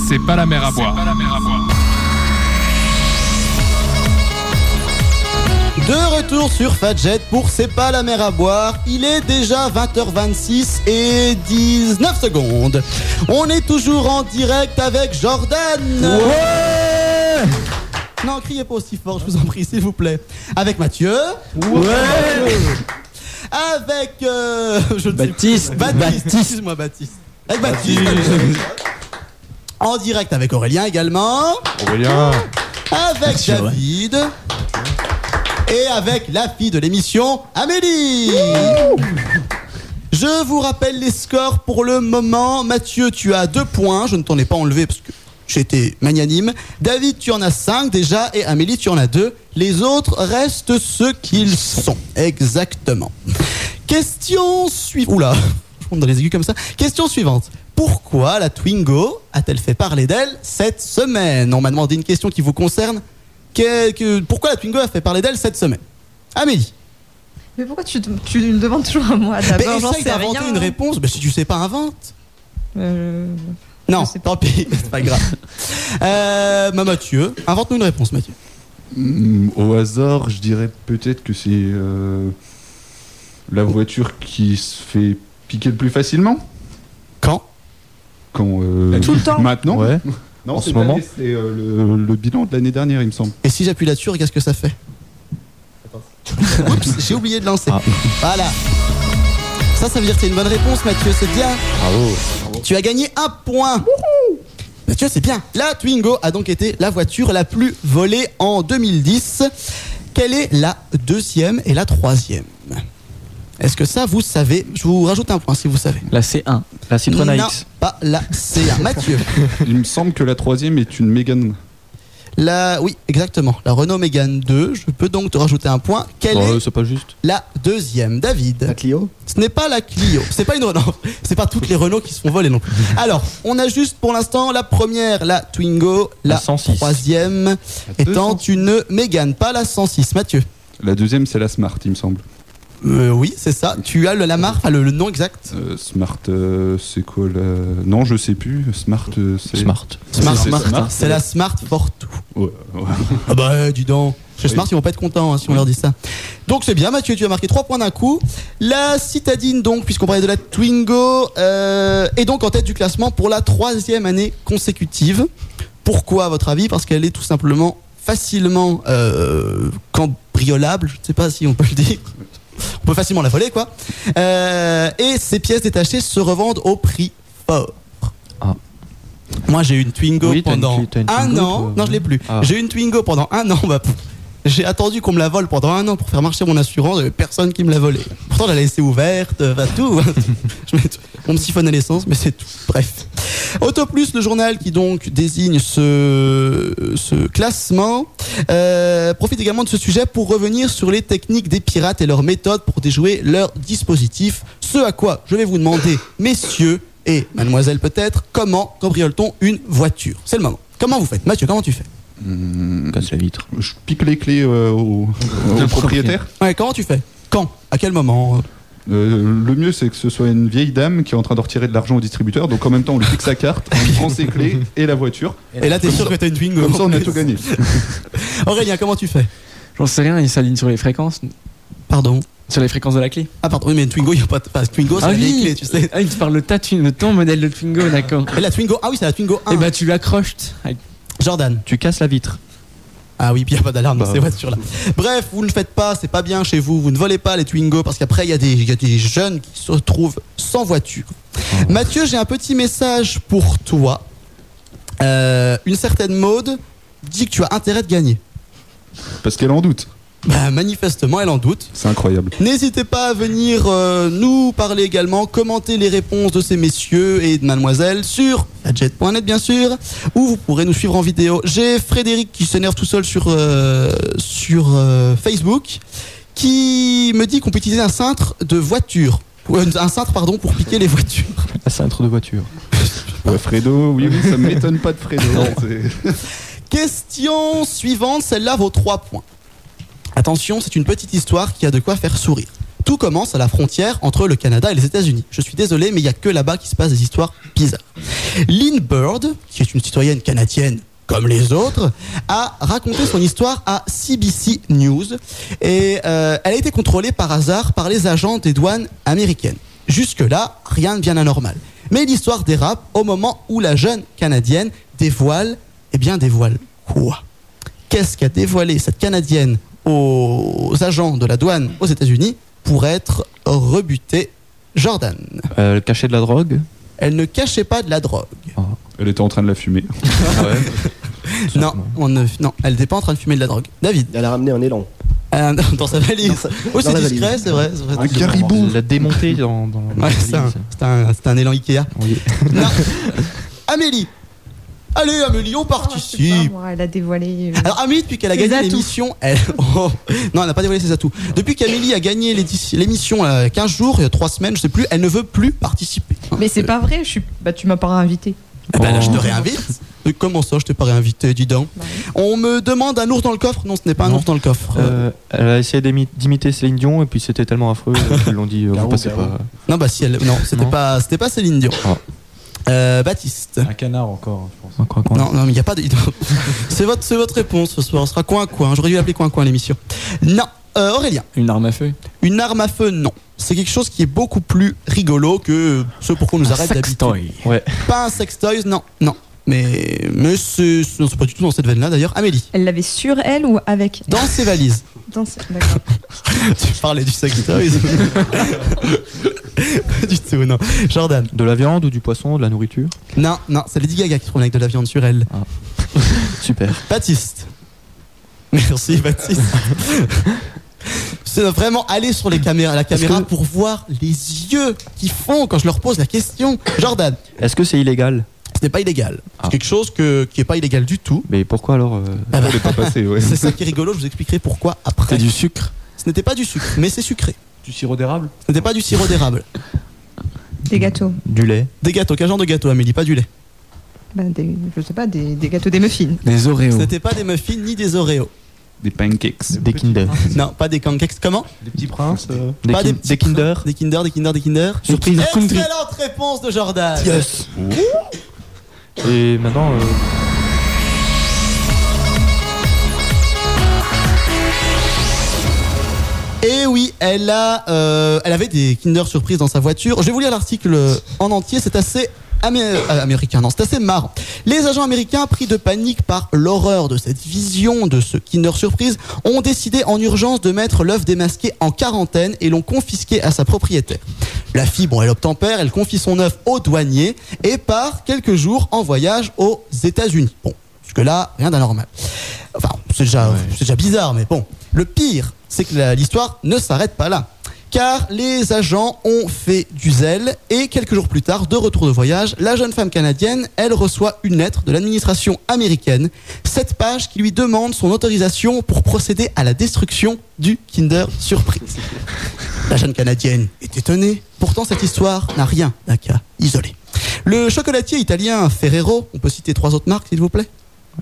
S4: c'est pas la mer à boire.
S2: De retour sur Fadjet pour C'est pas la mer à boire. Il est déjà 20h26 et 19 secondes. On est toujours en direct avec Jordan. non, criez pas aussi fort, je vous en prie, s'il vous plaît. Avec Mathieu. Avec. euh, [laughs] je ne sais
S5: Baptiste.
S2: plus. Baptiste. Excuse-moi, Baptiste. Avec Baptiste. en direct avec Aurélien également.
S6: Aurélien.
S2: Avec David. Et avec la fille de l'émission, Amélie. Je vous rappelle les scores pour le moment. Mathieu, tu as deux points. Je ne t'en ai pas enlevé parce que j'étais magnanime. David, tu en as cinq déjà. Et Amélie, tu en as deux. Les autres restent ceux qu'ils sont. Exactement. Question suivante. Oula, je monte dans les aigus comme ça. Question suivante. Pourquoi la Twingo a-t-elle fait parler d'elle cette semaine On m'a demandé une question qui vous concerne. Que- que- pourquoi la Twingo a fait parler d'elle cette semaine Amélie,
S7: Mais pourquoi tu, te- tu le demandes toujours à moi
S2: [laughs] mais
S7: d'abord J'en
S2: essaye
S7: sais
S2: d'inventer
S7: rien.
S2: une réponse. Mais si tu sais pas, invente.
S7: Euh,
S2: Non,
S7: Je sais
S2: tant pis, [laughs] c'est pas grave. Euh, bah, Mathieu, invente-nous une réponse, Mathieu.
S6: Hmm, Au hasard, je dirais peut-être que c'est euh, la voiture qui se fait piquer le plus facilement
S2: Quand
S6: quand euh,
S7: Bah, Tout le temps.
S6: Maintenant.
S8: Ouais.
S6: Non,
S8: En
S6: c'est
S8: ce
S6: pas
S8: moment.
S6: l'année, c'est euh, le, le bilan de l'année dernière, il me semble.
S2: Et si j'appuie là-dessus, regarde ce que ça fait. [laughs] Oups, j'ai oublié de lancer.
S8: Ah.
S2: Voilà. Ça, ça veut dire que c'est une bonne réponse, Mathieu, c'est bien. Tu as gagné un point. Mathieu, c'est bien. La Twingo a donc été la voiture la plus volée en 2010. Quelle est la deuxième et la troisième Est-ce que ça, vous savez Je vous rajoute un point si vous savez.
S5: La C1.
S8: La Citroën
S2: Non,
S8: AX.
S2: Pas la
S8: [laughs]
S2: C1. Mathieu.
S6: Il me semble que la troisième est une Mégane.
S2: La, oui, exactement. La Renault Mégane 2. Je peux donc te rajouter un point. Quelle
S8: Oh,
S2: est
S8: c'est pas juste.
S2: la deuxième David.
S11: La Clio
S2: Ce n'est pas la Clio, c'est pas une Renault, [laughs] c'est pas toutes les Renault qui se font voler non plus. Alors, on a juste pour l'instant la première, la Twingo, la,
S8: La 106.
S2: troisième étant une Mégane, pas la 106. Mathieu.
S6: La deuxième, c'est la Smart, il me semble.
S2: Euh, oui, c'est ça. Tu as le, la marque, enfin, le, le nom exact.
S6: Euh, smart, euh, c'est quoi la... Non, je sais plus. Smart, euh, c'est.
S8: Smart.
S2: Smart,
S6: c'est
S2: Smart,
S6: Smart.
S2: c'est la Smart Fortwo.
S6: Ouais, ouais.
S2: Ah bah euh, dis donc. Chez
S6: Oui.
S2: Smart, ils vont pas être contents hein, si on leur dit ça. Donc c'est bien, Mathieu, tu as marqué 3 points d'un coup. La citadine, donc, puisqu'on parlait de la Twingo, euh, est donc en tête du classement pour la troisième année consécutive. Pourquoi, à votre avis Parce qu'elle est tout simplement facilement euh, cambriolable, je ne sais pas si on peut le dire. On peut facilement la voler, quoi. Euh, et ces pièces détachées se revendent au prix fort.
S8: Ah.
S2: Moi, j'ai eu une Twingo
S8: Oui, t'as une-
S2: pendant
S8: t'as une
S2: un
S8: Twingo, toi,
S2: an. non,
S8: oui.
S2: je l'ai plus.
S8: Ah.
S2: J'ai eu une Twingo pendant un an. [laughs] Bah, pff, j'ai attendu qu'on me la vole pendant un an pour faire marcher mon assurance. Il y avait personne qui me l'a volée. Pourtant, je la laissée ouverte, euh, enfin, tout. [laughs] Je mets tout. On me siphonnait l'essence, mais c'est tout. Bref. Autoplus, le journal qui donc désigne ce, ce classement, euh, profite également de ce sujet pour revenir sur les techniques des pirates et leurs méthodes pour déjouer leurs dispositifs. Ce à quoi je vais vous demander, messieurs et mademoiselle peut-être, comment cambriole-t-on une voiture C'est le moment. Comment vous faites Mathieu, comment tu fais
S6: Hmm,
S8: Casse la vitre.
S6: je pique les clés euh, au, au
S8: Le
S6: propriétaire.
S2: Ouais, comment tu fais Quand À quel moment
S6: Euh, le mieux, c'est que ce soit une vieille dame qui est en train de retirer de l'argent au distributeur. Donc en même temps, on lui pique sa carte, on lui prend ses clés et la voiture.
S2: Et là, t'es sûr que t'as une Twingo.
S6: Comme ça, on a tout gagné.
S2: Aurélien, comment tu fais
S5: J'en sais rien, il s'aligne sur les fréquences.
S2: Pardon.
S5: Sur les fréquences de la clé.
S2: Ah, pardon, oui, mais une Twingo, il a pas de. Enfin, Twingo, Oh, c'est
S5: ah
S2: la vieille
S5: oui,
S2: clé, tu sais.
S5: Ah, oui, tu parles le, ta, le ton modèle de Twingo, d'accord.
S2: Et la Twingo, ah oui, c'est la Twingo
S8: Eh
S2: 1.
S6: Eh
S5: Et
S6: ben,
S5: bah tu l'accroches. avec-
S2: Jordan.
S8: ben, Tu casses la vitre.
S2: Ah oui, puis il n'y a pas d'alarme dans
S8: Bah,
S2: ces voitures-là. Bref, vous ne le faites pas, c'est pas bien chez vous, vous ne volez pas les Twingo parce qu'après, il y, a des- il y a des jeunes qui se retrouvent sans voiture.
S6: Ah
S2: Mathieu, j'ai un petit message pour toi. Euh, une certaine mode dit que tu as intérêt de gagner.
S6: Parce qu'elle en doute.
S2: Bah, manifestement, elle en doute.
S6: C'est incroyable.
S2: N'hésitez pas à venir euh, nous parler également, commenter les réponses de ces messieurs et de mademoiselle sur adjet.net bien sûr, où vous pourrez nous suivre en vidéo. J'ai Frédéric qui s'énerve tout seul sur, euh, sur euh, Facebook, qui me dit qu'on peut utiliser un cintre de voiture. Ou, euh, Un cintre, pardon, pour piquer les voitures.
S8: La cintre de voiture.
S6: Ouais, Fredo, oui, oui, ça m'étonne pas de Fredo. C'est-
S2: Question suivante, celle-là vaut 3 points. Attention, c'est une petite histoire qui a de quoi faire sourire. Tout commence à la frontière entre le Canada et les États-Unis. Je suis désolé, mais il n'y a que là-bas qui se passe des histoires bizarres. Lynn Bird, qui est une citoyenne canadienne comme les autres, a raconté son histoire à CBC News et euh, elle a été contrôlée par hasard par les agents des douanes américaines. Jusque-là, rien de bien anormal. Mais l'histoire dérape au moment où la jeune Canadienne dévoile, eh bien dévoile quoi Qu'est-ce qu'a dévoilé cette Canadienne aux agents de la douane aux États-Unis pour être rebutée Jordan
S8: Euh, cacher de la drogue
S2: Elle ne cachait pas de la drogue.
S6: Elle était en train de la fumer.
S2: Non, on ne- non, elle n'était pas en train de fumer de la drogue. David,
S11: Elle a ramené un élan.
S2: euh, [laughs] dans sa valise.
S11: Dans sa- dans
S2: Oui, c'est
S11: la
S2: discret,
S11: valise.
S2: c'est vrai. c'est vrai.
S6: Un caribou.
S8: La démonter dans. dans dans
S2: Ouais,
S8: la
S2: c'est un,
S8: valise.
S2: c'est un- c'est un élan Ikea.
S8: Oui.
S2: Non. Amélie Allez, Amélie, on
S7: Ah, je sais pas,
S2: participe
S7: moi, elle a dévoilé. euh,
S2: Oh, alors Amélie, depuis qu'elle a
S7: Ses
S2: gagné
S7: atouts.
S2: l'émission, elle... [laughs] Oh. non, elle n'a pas dévoilé ses atouts. Depuis qu'Amélie a gagné l'édi- l'émission euh, 15 jours, il y a 3 semaines, je sais plus, elle ne veut plus participer.
S7: Mais c'est pas vrai, je suis... bah, tu m'as pas invité.
S2: Eh ben là, je te
S8: Oh.
S2: réinvite. Mais Comment ça, je t'ai pas réinvité, dis donc.
S7: Bah,
S2: On me demande un ours dans le coffre. Non, ce n'est pas un
S8: Non.
S2: ours dans le coffre.
S8: Euh, elle a essayé d'imi- d'imiter Céline Dion et puis c'était tellement affreux euh, qu'ils l'ont dit euh, vous
S6: Garou,
S8: passez
S6: garou.
S8: pas.
S2: Non, bah si elle. Non, c'était
S8: Non.
S2: pas, c'était pas Céline Dion.
S8: Ah.
S2: Euh, Baptiste.
S13: Un canard encore, je pense.
S8: On croit qu'on-
S2: Non, non, mais il n'y a pas de. [laughs] c'est, votre, c'est votre réponse ce soir. On sera coin à coin. J'aurais dû l'appeler coin à coin à l'émission. Non. Euh, Aurélien.
S5: Une arme à feu.
S2: Une arme à feu, non. C'est quelque chose qui est beaucoup plus rigolo que ce pour quoi on nous arrête d'habitude.
S5: Sextoy.
S2: Pas un sextoys, non, non. Mais, mais c'est, non, c'est pas du tout dans cette veine-là d'ailleurs. Amélie,
S7: Elle l'avait sur elle ou avec
S2: dans ses valises.
S7: Dans ce- D'accord.
S2: tu parlais du sextoys. [laughs] pas du tout, non. Jordan.
S8: De la viande ou du poisson, de la nourriture
S2: Non, non, c'est Lady Gaga qui tourne avec de la viande sur elle.
S8: Super.
S2: Baptiste. Merci, [laughs] Baptiste. C'est vraiment aller sur les caméras, la caméra pour voir les yeux qui font quand je leur pose la question. Jordan,
S8: Est-ce que c'est illégal
S2: ce n'est pas illégal.
S8: Ah.
S2: C'est quelque chose que- qui n'est pas illégal du tout.
S8: Mais pourquoi alors euh,
S2: Ah bah,
S6: Elle est pas passée, ouais.
S2: c'est ça qui est rigolo, je vous expliquerai pourquoi après.
S5: C'est du sucre.
S2: Ce n'était pas du sucre, mais c'est sucré.
S13: Du sirop d'érable
S2: Ce n'était pas du sirop d'érable.
S7: Des gâteaux.
S8: Du lait
S2: Des gâteaux, quel genre de gâteau, Amélie Pas du lait.
S7: Bah, des... Je sais pas, des, des gâteaux, des muffins.
S5: Des
S2: Ce
S5: Oreos.
S2: n'était pas des muffins ni des Oreos.
S6: Des pancakes.
S8: Des Kinder
S2: Non, pas des pancakes. Comment
S13: Des petits princes euh,
S8: Des,
S2: Pas
S8: kin-
S2: petits
S8: des Kinder
S2: Des Kinder, des Kinder, des Kinder.
S5: Surprise country.
S2: Excellente réponse de Jordan.
S8: Yes Et maintenant. euh,
S2: Et Eh oui, elle a, euh, elle avait des Kinder surprises dans sa voiture. Je vais vous lire l'article en entier. C'est assez amé- euh, américain, non, c'est assez marrant. Les agents américains, pris de panique par l'horreur de cette vision de ce Kinder surprise, ont décidé en urgence de mettre l'œuf démasqué en quarantaine et l'ont confisqué à sa propriétaire. La fille, bon, elle obtempère, elle confie son œuf au douanier et part quelques jours en voyage aux États-Unis. Bon, jusque-là, rien d'anormal. Enfin, c'est déjà, c'est déjà bizarre, mais bon. Le pire, c'est que la- l'histoire ne s'arrête pas là. Car les agents ont fait du zèle et quelques jours plus tard, de retour de voyage, la jeune femme canadienne, elle reçoit une lettre de l'administration américaine, cette page qui lui demande son autorisation pour procéder à la destruction du Kinder Surprise. La jeune canadienne est étonnée, pourtant cette histoire n'a rien d'un cas isolé. Le chocolatier italien Ferrero, on peut citer trois autres marques s'il vous plaît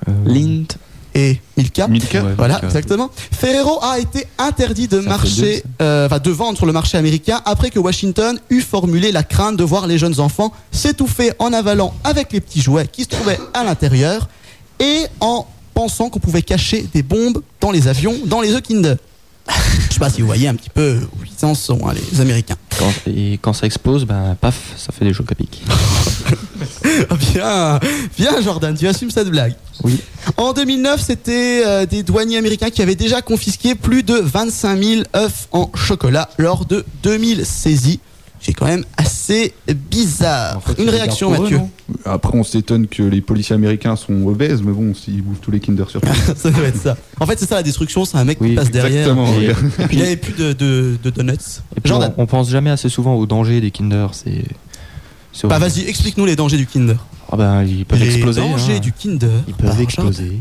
S8: euh,
S5: Lint.
S2: et Milka.
S6: Milka
S8: Ouais,
S2: Voilà,
S8: Milka.
S2: exactement. Ferrero a été interdit de
S8: fait
S2: marcher, euh, enfin de vendre sur le marché américain après que Washington eut formulé la crainte de voir les jeunes enfants s'étouffer en avalant avec les petits jouets qui se trouvaient à l'intérieur et en pensant qu'on pouvait cacher des bombes dans les avions, dans les œufs Kinder. Je sais pas si vous voyez un petit peu où ils en sont, hein, les Américains.
S8: quand, et quand ça explose, ben paf, ça fait des chocs à pic.
S2: Ah, Bien, bien Jordan, tu assumes cette blague.
S8: Oui.
S2: En 2009, c'était euh, des douaniers américains qui avaient déjà confisqué plus de 25 000 œufs en chocolat lors de 2000 saisies. C'est quand même assez bizarre.
S13: en fait,
S2: Ah, Une
S13: c'est
S2: réaction,
S13: bizarre pour eux,
S2: Mathieu
S6: Après, on s'étonne que les policiers américains sont obèses, mais bon, ils bouffent tous les Kinder sur [laughs]
S2: [laughs] Ça doit être ça. En fait, c'est ça la destruction, c'est un mec qui
S8: Oui,
S2: passe derrière.
S6: Exactement.
S8: Et-
S6: ouais.
S2: Il n'y avait plus de, de- de donuts.
S8: Et puis
S2: euh, Jordan,
S8: on, on pense jamais assez souvent au danger des Kinder. C'est. c'est
S2: bah
S8: horrible.
S2: vas-y, explique-nous les dangers du Kinder.
S8: Ah ben, ils peuvent
S2: les
S8: exploser.
S2: dangers
S8: hein.
S2: du Kinder.
S8: Ils peuvent
S2: par Jordan.
S8: exploser.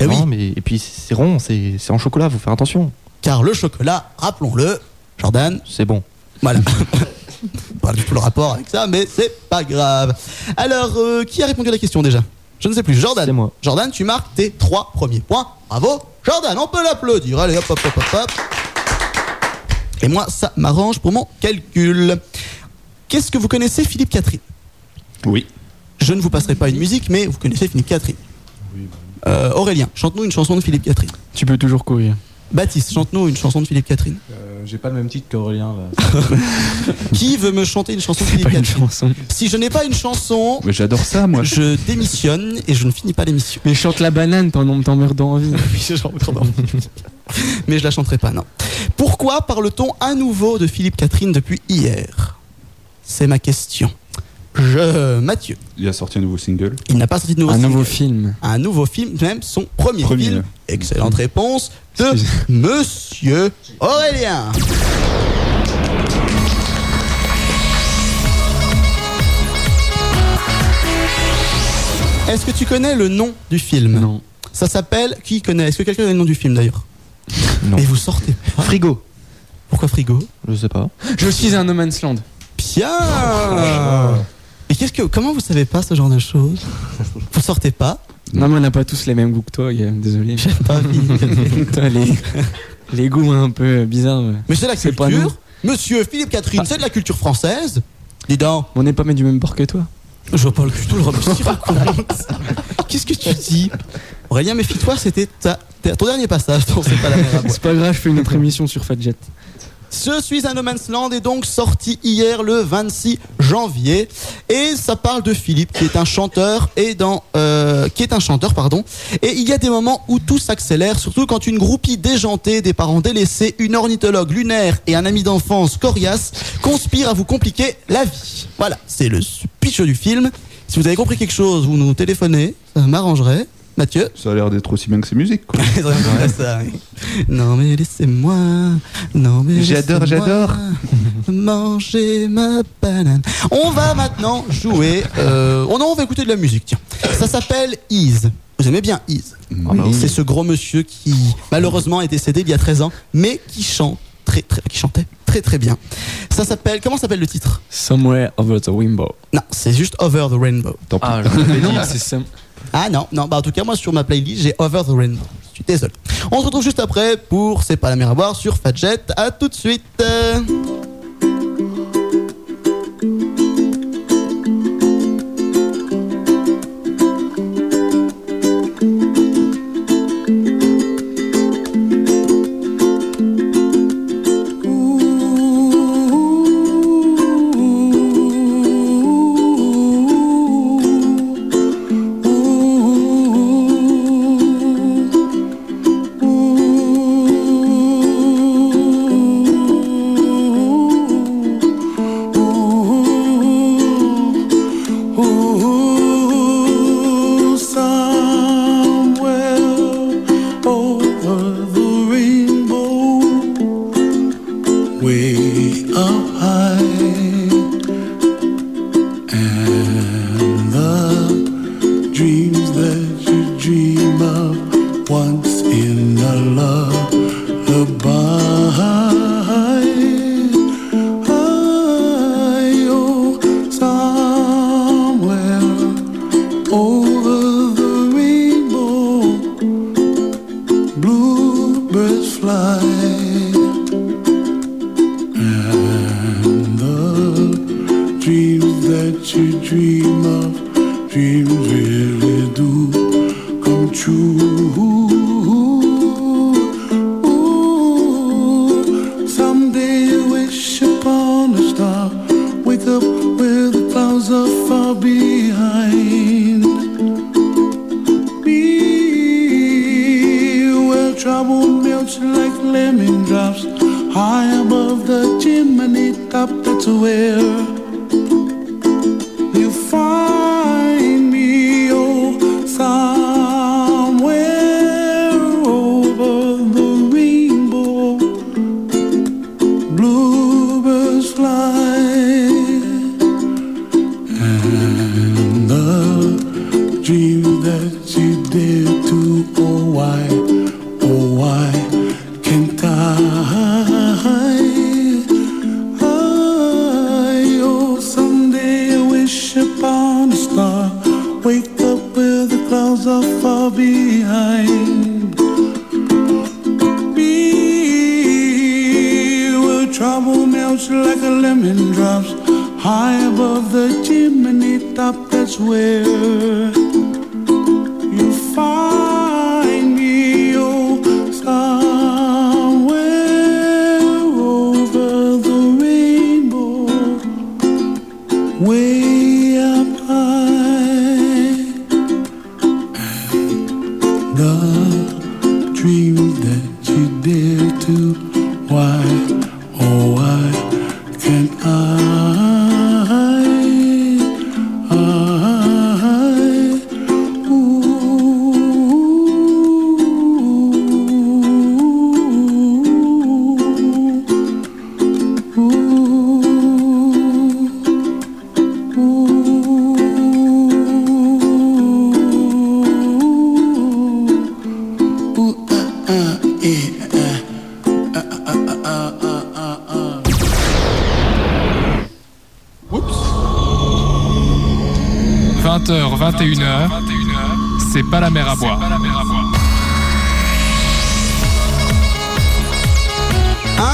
S2: Eh oui,
S8: Non, mais, et puis c'est rond, c'est c'est en chocolat, faut faire attention.
S2: car le chocolat, rappelons-le, Jordan,
S8: C'est bon.
S2: Voilà. [laughs] Pas du tout le rapport avec ça, mais c'est pas grave. Alors, euh, qui a répondu à la question déjà Je ne sais plus.
S8: C'est
S2: Jordan.
S8: moi.
S2: Jordan, tu marques tes trois premiers points. Bravo. Jordan, on peut l'applaudir. Allez, hop, hop, hop, hop, hop. Et moi, ça m'arrange pour mon calcul. Qu'est-ce que vous connaissez Philippe Catherine
S6: Oui.
S2: Je ne vous passerai pas une musique, mais vous connaissez Philippe Catherine. Euh, Aurélien, chante-nous une chanson de Philippe Catherine.
S5: Tu peux toujours courir.
S2: Baptiste, chante-nous une chanson de Philippe Catherine.
S13: Euh, J'ai pas le même titre qu'Aurélien là.
S2: [laughs] Qui veut me chanter une chanson de Philippe Catherine [laughs] Si je n'ai pas une chanson,
S6: Mais j'adore ça, moi.
S2: je démissionne et je ne finis pas l'émission.
S5: Mais chante la banane, t'en en merdant en vie.
S2: [laughs] Oui, j'ai genre trop d'envie. [laughs] Mais je la chanterai pas, non. Pourquoi parle-t-on à nouveau de Philippe Catherine depuis hier C'est ma question. Je... Mathieu,
S6: Il a sorti un nouveau single.
S2: il n'a pas sorti de nouveau
S5: Un
S2: single.
S5: nouveau film.
S2: un nouveau film, même son premier,
S6: Premier.
S2: film. Excellente réponse de Monsieur Aurélien. Est-ce que tu connais le nom du film
S5: Non.
S2: Ça s'appelle. Qui connaît Est-ce que quelqu'un connaît le nom du film d'ailleurs
S8: Non.
S2: Mais vous sortez. pas.
S8: Frigo.
S2: Pourquoi frigo
S8: Je sais pas.
S5: Je suis un No Man's Land.
S2: Bien Mais qu'est-ce que. Comment vous savez pas ce genre de choses Vous sortez pas
S5: Non, mais on n'a pas tous les mêmes goûts que toi, Guillaume,
S2: [laughs]
S5: désolé.
S2: Pas fini.
S5: [laughs] Toi, les... les goûts un peu euh, bizarres. ouais.
S2: Mais c'est la
S5: C'est pas
S2: culture. Monsieur Philippe Catherine,
S5: Ah.
S2: c'est de la culture française. Dis donc.
S5: On n'est pas mis du même bord que toi.
S2: Je parle plutôt le [laughs] Qu'est-ce que tu dis Aurélien, méfie-toi, c'était ta- ta- ton dernier passage. Non, c'est pas la mer à boire.
S5: C'est pas grave, je fais une autre émission sur Fatjet.
S2: Je suis un No Man's Land est donc sorti hier le 26 janvier et ça parle de Philippe qui est un chanteur et dans euh, qui est un chanteur pardon et il y a des moments où tout s'accélère surtout quand une groupie déjantée des parents délaissés une ornithologue lunaire et un ami d'enfance coriace conspirent à vous compliquer la vie. Voilà, c'est le pitch du film. Si vous avez compris quelque chose, vous nous téléphonez, ça m'arrangerait. Mathieu
S6: Ça a l'air d'être aussi bien que ses musiques, quoi.
S2: [laughs] non mais laissez-moi. Non mais
S6: J'adore,
S2: laissez-moi
S6: j'adore.
S2: [laughs] Manger ma banane. On va maintenant jouer. euh, oh non, on va écouter de la musique. Tiens, ça s'appelle Ease. Vous aimez bien Ease
S6: Ah, bah
S2: C'est ce gros monsieur qui malheureusement est décédé il y a 13 ans, mais qui chante très très qui chantait très très bien. Ça s'appelle comment s'appelle le titre
S5: Somewhere over the rainbow.
S2: Non, c'est juste Over the Rainbow.
S6: Tant pis.
S5: non, [laughs] c'est Sam.
S2: Ah non, non, bah en tout cas, moi sur ma playlist, j'ai Over the Rainbow. Je suis désolé. On se retrouve juste après pour C'est pas la mer à boire sur Fadjet. À tout de suite. Euh,
S14: dreams that you dream of once in a love Oh, somewhere over the rainbow, bluebirds fly. and the Dreams that you dream of dreams really do come true. Ooh, someday you wish upon a star, wake up where the clouds are far behind. Be where trouble melts like lemon drops, high above the chimney top. That's where. You find me oh, somewhere over the rainbow. Bluebirds fly, and the dream that you did too. Oh why, oh why can't I? I oh someday I wish upon a star Wake up where the clouds are far behind Me will melts like a lemon drops high above the chimney top. That's where you find me, oh, somewhere over the rainbow, way up high. The dreams that you dare to, why, oh, why can't I, I, ooh, ooh,
S4: h 21h, c'est pas la mer à boire.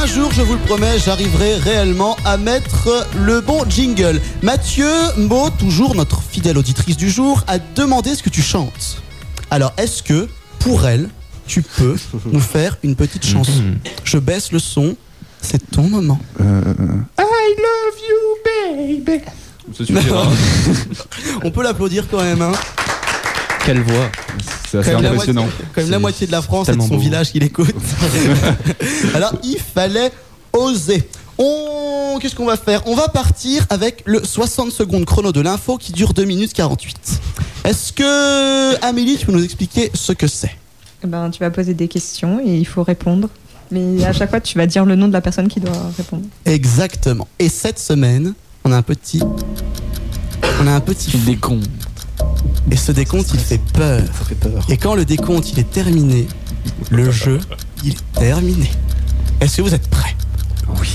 S2: Un jour, je vous le promets, j'arriverai réellement à mettre le bon jingle. Mathieu, Mo, toujours notre fidèle auditrice du jour, a demandé ce que tu chantes. Alors, est-ce que, pour elle, tu
S6: [laughs]
S2: peux nous faire une petite chanson Je baisse le son, c'est ton moment.
S14: I love you, baby.
S6: Ça, tu le [laughs] diras.
S2: [laughs] On peut l'applaudir quand même. Hein.
S6: Quelle voix C'est assez
S2: Quand même la
S6: impressionnant.
S2: moitié- Quand même la moitié de la France et de
S6: tellement
S2: son
S6: beau.
S2: village qui l'écoute. [laughs] Alors, il fallait oser. On... Qu'est-ce qu'on va faire On va partir avec le 60 secondes chrono de l'info qui dure 2 minutes 48. Est-ce que, Amélie, tu peux nous expliquer ce que c'est
S7: Eh Ben, tu vas poser des questions et il faut répondre. Mais à chaque fois, tu vas dire le nom de la personne qui doit répondre.
S2: Exactement. Et cette semaine, on a un petit. On a un petit. Décompte. Et ce décompte, il fait peur. Et quand le décompte, il est terminé, le jeu, il est terminé. Est-ce que vous êtes prêts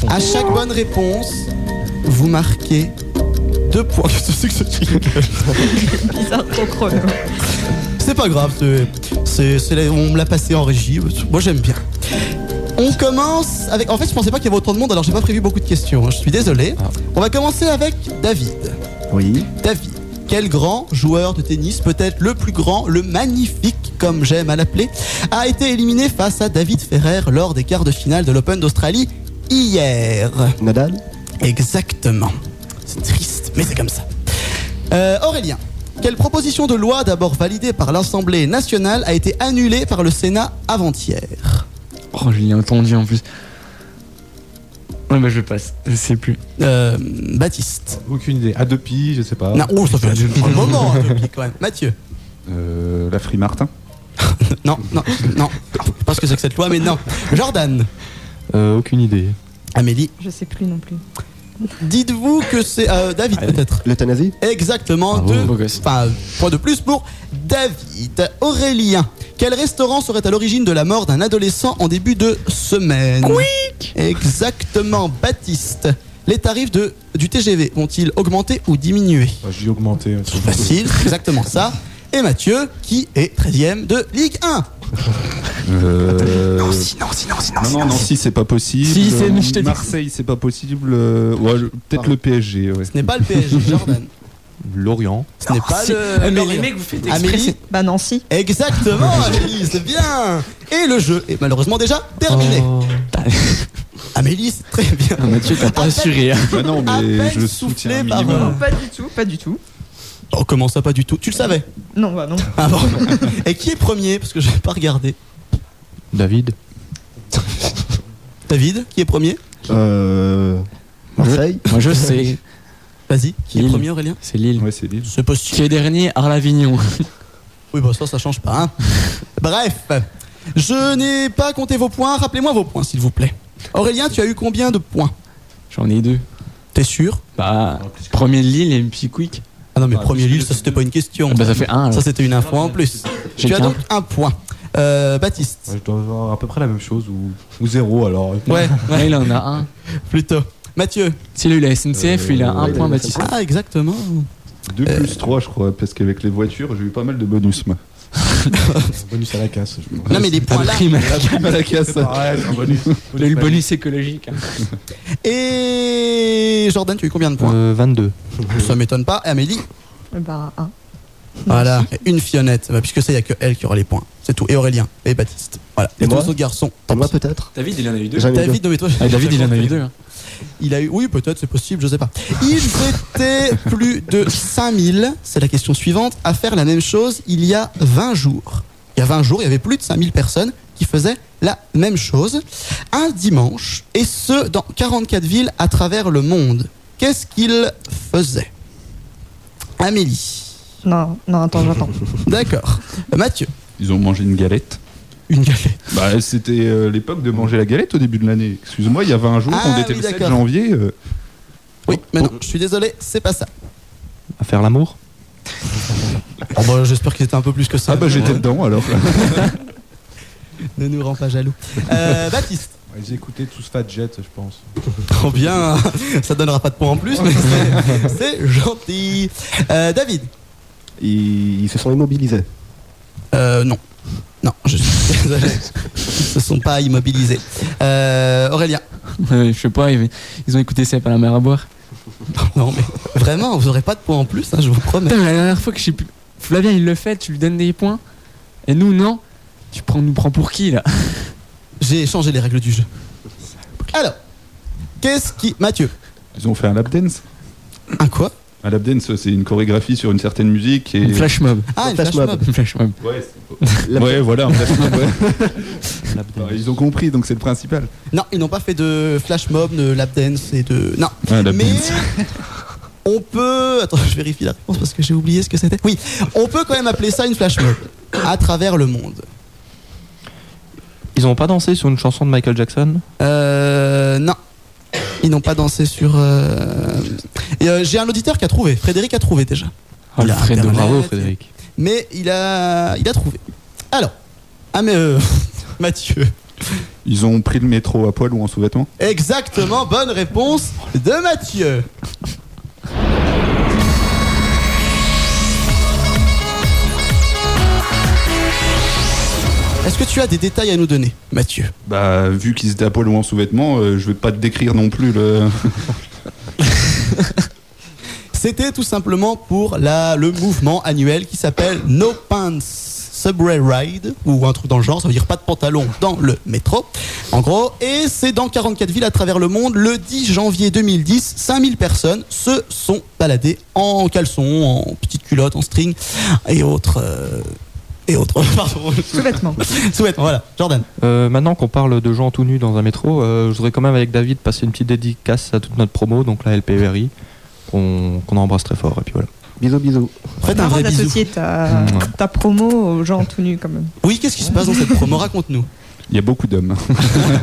S2: À chaque bonne réponse, vous marquez deux points. Qu'est-ce que c'est que ce jingle C'est pas grave, c'est- c'est- c'est la- on me l'a passé en régie. Moi j'aime bien. On commence avec. En fait, je pensais pas qu'il y avait autant de monde, alors j'ai pas prévu beaucoup de questions. hein, Je suis désolé. On va commencer avec David.
S11: Oui.
S2: David, quel grand joueur de tennis, peut-être le plus grand, le magnifique, comme j'aime à l'appeler, a été éliminé face à David Ferrer lors des quarts de finale de l'Open d'Australie hier
S11: Nadal
S2: Exactement. C'est triste, mais c'est comme ça. Euh, Aurélien, quelle proposition de loi, d'abord validée par l'Assemblée nationale, a été annulée par le Sénat avant-hier
S5: Oh, je l'ai entendu en plus. Ouais, bah je passe, je sais plus.
S2: Euh, Baptiste.
S6: Aucune idée. Adopi, je sais pas.
S2: Non, oh, ça fait un moment, hein, depuis, quand même. Mathieu.
S6: Euh, la Free [laughs] Martin.
S2: Non, non, non. Parce que c'est que cette loi, mais non. Jordan.
S5: Euh,
S8: aucune idée.
S2: Amélie.
S7: Je sais plus non plus.
S2: Dites-vous que c'est euh, David peut-être.
S11: L'euthanasie
S2: Exactement. deux- Enfin, point de plus pour David. Aurélien. Quel restaurant serait à l'origine de la mort d'un adolescent en début de semaine Quick Exactement, Baptiste. Les tarifs de, du TGV vont-ils augmenter ou diminuer
S13: Bah, J'ai augmenté.
S7: hein,
S2: Facile, c'est exactement ça. Et Mathieu, qui est 13ème de Ligue 1.
S6: Euh...
S2: Non, si, non, si, non, si, non, si,
S6: non,
S2: non,
S6: non,
S2: si.
S6: si, c'est pas possible.
S2: Si, c'est-
S6: Euh,
S2: je te dis.
S6: Marseille, c'est pas possible. Euh, ouais, le- Peut-être le PSG. Ouais.
S2: Ce
S6: [laughs]
S2: n'est pas le PSG, Jordan.
S8: Lorient.
S2: Ce n'est pas
S7: si.
S2: le.
S7: Eh, mais les
S2: Lorient.
S7: mecs, vous faites exprès,
S2: Amélie
S7: c'est- Bah non, si.
S2: Exactement,
S5: [laughs]
S2: Amélie, c'est bien. Et le jeu est malheureusement déjà terminé.
S5: Oh.
S1: Oh.
S2: Amélie, c'est très bien.
S5: Mathieu, t'as pas
S2: À peine-
S5: assuré, hein.
S6: Bah non,
S2: à
S6: mais
S2: peine
S6: je le
S2: soufflé
S6: soutiens
S2: par-
S6: minimum.
S7: Pas du tout, pas du tout.
S2: Oh, comment ça, pas du tout Tu le savais
S7: Non, bah non.
S2: Ah
S5: [laughs]
S2: bon Et qui est premier Parce que je pas regardé.
S8: David.
S2: David, qui est premier
S11: Euh, Marseille
S5: Moi je sais.
S2: Vas-y, qui est
S5: Lille.
S2: premier, Aurélien
S5: C'est Lille.
S6: Ouais, c'est Lille.
S2: C'est possible.
S5: Qui est dernier Arlavignon.
S2: Oui, bon, ça, ça change pas.
S5: [laughs]
S2: hein. Bref, je n'ai pas compté vos points. Rappelez-moi vos points, s'il vous plaît. Aurélien, tu as eu combien de points
S5: J'en ai deux.
S2: T'es sûr
S5: Bah, premier Lille et puis Quick.
S2: Ah non, mais premier Lille, ça, c'était pas une question.
S5: Ah bah, ça fait un, alors.
S2: Ça, c'était une info en plus.
S5: J'ai
S2: Tu as
S5: qu'un.
S2: donc un point. Euh, Baptiste
S13: Ouais, je dois avoir à peu près la même chose ou, ou zéro alors.
S2: Ouais,
S5: Là, il en a un.
S2: plutôt. Mathieu
S5: Si là, il a SNCF,
S13: Euh,
S5: il a un
S11: ouais,
S5: point,
S11: il a
S5: Baptiste.
S2: Ah, exactement.
S6: Euh. [laughs] 2 plus 3, je crois, parce qu'avec les voitures, j'ai eu pas mal de bonus, moi.
S13: bonus à la casse. je pense.
S2: Non, mais
S5: Ah,
S2: les points là-
S13: La prime à la casse.
S2: C'est pareil, c'est un bonus.
S5: Le bonus écologique. hein.
S2: Et Jordan, tu as eu combien de points
S8: 22.
S2: [laughs] Ça m'étonne pas. Amélie
S7: Bah, un.
S2: Voilà, une fionnette. Bah, puisque ça, il n'y a que elle qui aura les points. C'est tout. Et Aurélien et Baptiste. Voilà, les deux
S11: moi
S2: autres garçons. Tant moi peut-être
S15: David, il en a eu deux.
S2: Ah, David, non, mais toi,
S5: David, il en a eu
S2: hein.
S5: deux.
S2: Il a eu, oui, peut-être, c'est possible, je sais pas. [laughs] Ils étaient plus de 5000, c'est la question suivante, à faire la même chose il y a 20 jours. Il y a 20 jours, il y avait plus de 5000 personnes qui faisaient la même chose un dimanche, et ce, dans 44 villes à travers le monde. Qu'est-ce qu'ils faisaient Amélie.
S7: Non, non, attends,
S2: [laughs]
S7: j'attends.
S2: D'accord. Mathieu.
S6: [laughs] Ils ont mangé une galette.
S2: Une galette
S6: Bah, c'était euh, l'époque de manger la galette au début de l'année. Excuse-moi, il y avait un jour,
S2: Ah
S6: on était
S2: oui,
S6: le 7
S2: d'accord.
S6: janvier. euh,
S2: Oui, mais non, je suis désolé, c'est pas ça.
S8: À faire l'amour
S2: Oh bah, J'espère qu'ils étaient un peu plus que ça.
S6: Ah bah j'étais dedans alors.
S2: ne nous rends pas jaloux. Euh, [laughs] Baptiste.
S13: Ouais, Ils écoutaient tous Fat Jet, je pense.
S2: Trop bien, ça donnera pas de points en plus, mais c'est- c'est gentil. Euh, David
S11: Ils, ils se sont immobilisés.
S2: Euh, non. Non, je suis désolé. Ils se sont pas immobilisés. Euh, Aurélien
S5: Euh, je sais pas, ils, ils ont écouté ça par la mer à boire.
S2: Non, mais vraiment, vous aurez pas de points en plus, hein, je vous promets.
S5: la dernière fois que j'ai pu. Flavien, il le fait, tu lui donnes des points. Et nous, non. Tu prends, nous prends pour qui, là
S2: J'ai changé les règles du jeu. Alors, qu'est-ce qui. Mathieu
S6: Ils ont fait un lap dance.
S2: Un quoi
S6: Un lap dance, c'est une chorégraphie sur une certaine musique. Et...
S5: Une flash mob.
S2: Ah, une flash mob.
S5: Une flash mob.
S6: Ouais, c'est- ouais voilà, un flash mob. ouais. Bah, ils ont compris, donc c'est le principal.
S2: Non, ils n'ont pas fait de flash mob, de lap dance et de. Non.
S6: Ah, lap
S2: Mais
S6: dance.
S2: [laughs] on peut. Attends, je vérifie la réponse parce que j'ai oublié ce que c'était. Oui, on peut quand même appeler ça une flash mob à travers le monde.
S8: Ils ont pas dansé sur une chanson de Michael Jackson
S2: Euh. Non. Ils n'ont pas dansé sur. euh, et, euh, j'ai un auditeur qui a trouvé. Frédéric a trouvé déjà.
S5: Oh,
S2: Il a
S5: Alfredo,
S2: Internet.
S5: bravo, Frédéric.
S2: Mais il a. Il a trouvé. Alors. Ah, mais. euh, [laughs] Mathieu.
S6: Ils ont pris le métro à poil ou en sous-vêtements
S2: Exactement, bonne réponse de Mathieu. Est-ce que tu as des détails à nous donner, Mathieu
S6: Bah, vu qu'ils étaient à poil ou en sous-vêtements, euh, je vais pas te décrire non plus le. [laughs]
S2: C'était tout simplement pour la, le mouvement annuel qui s'appelle No Pants Subway Ride, ou un truc dans le genre, ça veut dire pas de pantalon dans le métro, en gros. Et c'est dans 44 villes à travers le monde, le 10 janvier 2010, 5000 personnes se sont baladées en caleçon, en petite culotte, en string et autres. euh, et autres, [laughs] pardon.
S7: Sous-vêtements.
S2: Bah, Sous-vêtements, voilà. Jordan.
S8: Euh, maintenant qu'on parle de gens tout nus dans un métro, euh, je voudrais quand même avec David passer une petite dédicace à toute notre promo, donc la LPVRI, qu'on qu'on embrasse très fort. Et puis voilà.
S11: Bisous, bisous.
S2: Faites un
S7: Marrant
S2: vrai bisou. Mmh.
S7: d'associer ta, euh, ta promo aux gens tout nus, quand même.
S2: Oui, qu'est-ce qui se passe dans cette promo Raconte-nous.
S6: Il y a beaucoup d'hommes. hein.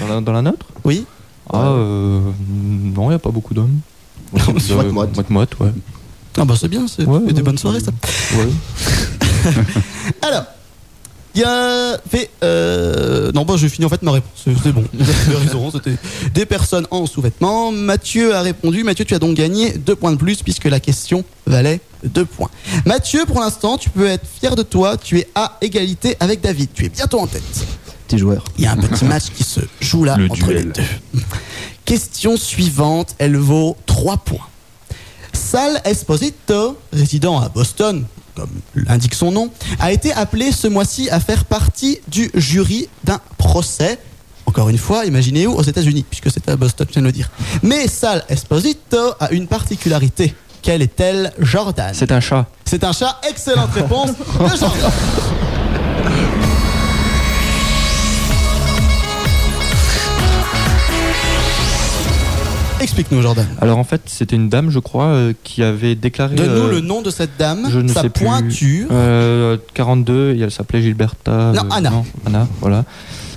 S8: Dans la, dans la nôtre
S2: Oui.
S8: Ah, euh, non, il n'y a pas beaucoup d'hommes.
S2: c'est moite-moite.
S8: Moite-moite, ouais.
S2: Ah bah c'est bien, c'est
S8: Ouais,
S2: c'est
S8: ouais,
S2: des bonnes soirées ça.
S8: Ouais.
S2: [laughs] Alors, il y a fait. euh, Non, bah, j'ai fini en fait ma réponse.
S8: [laughs]
S2: C'est bon. Vous avez raison, c'était des personnes en sous-vêtements. Mathieu a répondu. Mathieu, tu as donc gagné deux points de plus puisque la question valait deux points. Mathieu, pour l'instant, tu peux être fier de toi. Tu es à égalité avec David. Tu es bientôt en tête.
S11: Petit joueur.
S2: Il y a un petit match qui se joue là
S11: Le
S2: entre les
S11: duel.
S2: deux. Question suivante, elle vaut 3 points. Sal Esposito, résident à Boston, comme l'indique son nom, a été appelé ce mois-ci à faire partie du jury d'un procès. Encore une fois, imaginez où Aux États-Unis, puisque c'est à Boston, je viens de le dire. Mais Sal Esposito a une particularité. Quelle est-elle, Jordan
S8: C'est un chat.
S2: C'est un chat, excellente réponse de Jordan. Explique-nous, Jordan.
S8: Alors en fait, c'était une dame, je crois, euh, qui avait déclaré.
S2: Donne-nous
S8: euh,
S2: le nom de cette dame,
S8: Je ne
S2: sa
S8: sais plus.
S2: pointure.
S8: Euh, 42, et elle s'appelait Gilberta. euh,
S2: Non, Anna.
S8: Anna, voilà.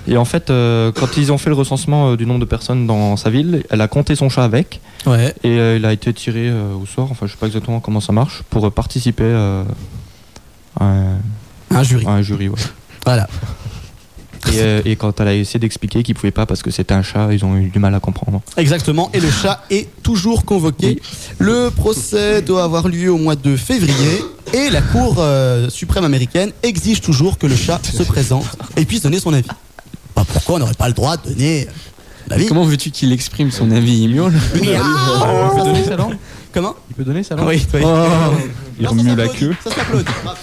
S8: Et en fait, euh, quand ils ont fait le recensement euh, du nombre de personnes dans sa ville, elle a compté son chat avec.
S2: Ouais.
S8: Et euh, il a été tiré euh, au sort, enfin je sais pas exactement comment ça marche, pour euh, participer euh, à, un,
S2: à un jury.
S8: un jury ouais.
S2: Voilà.
S8: Et, euh, et quand elle a essayé d'expliquer qu'ils pouvaient pas parce que c'était un chat, ils ont eu du mal à comprendre.
S2: Exactement, et le chat est toujours convoqué. Le procès doit avoir lieu au mois de février et la Cour euh, suprême américaine exige toujours que le chat se présente et puisse donner son avis. Bah, pourquoi on n'aurait pas le droit de donner l'avis
S5: Comment veux-tu qu'il exprime son avis Il miaule
S2: Il peut donner sa langue Oh. Comment
S8: Il peut donner sa
S2: langue Oui, oui.
S6: Il remue la queue.
S2: Ça s'applaudit. Bravo.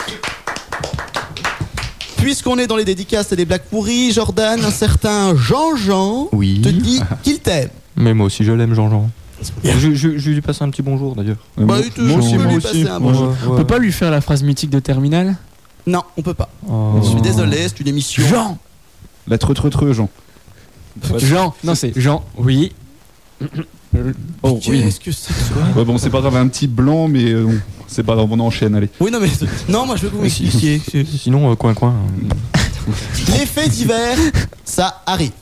S2: Puisqu'on est dans les dédicaces et les blagues pourries, Jordan, un certain Jean-Jean te dit qu'il t'aime.
S8: Mais moi aussi, je l'aime, Jean-Jean. Je, je- je lui passe un petit bonjour d'ailleurs.
S2: Bah, il te- Moi aussi, tu peux moi lui aussi. passer un bonjour.
S8: Ouais,
S5: On
S8: ouais.
S5: peut pas lui faire la phrase mythique de Terminal
S2: Non, on peut pas.
S8: Oh.
S2: Je suis désolé, c'est une émission.
S5: Jean
S6: La tre-tre-tre, Jean.
S5: Jean Non, c'est Jean, oui. Oh, oui.
S2: Qu'est-ce que c'est que ça
S6: Ouais, bon, c'est pas grave, un petit blanc, mais euh, bon, c'est pas grave, on enchaîne, allez.
S2: Oui, non, mais. Non, moi je veux que vous
S8: Si-
S2: m'expliquiez.
S8: Sinon, euh, coin-coin.
S2: Les faits divers, ça arrive.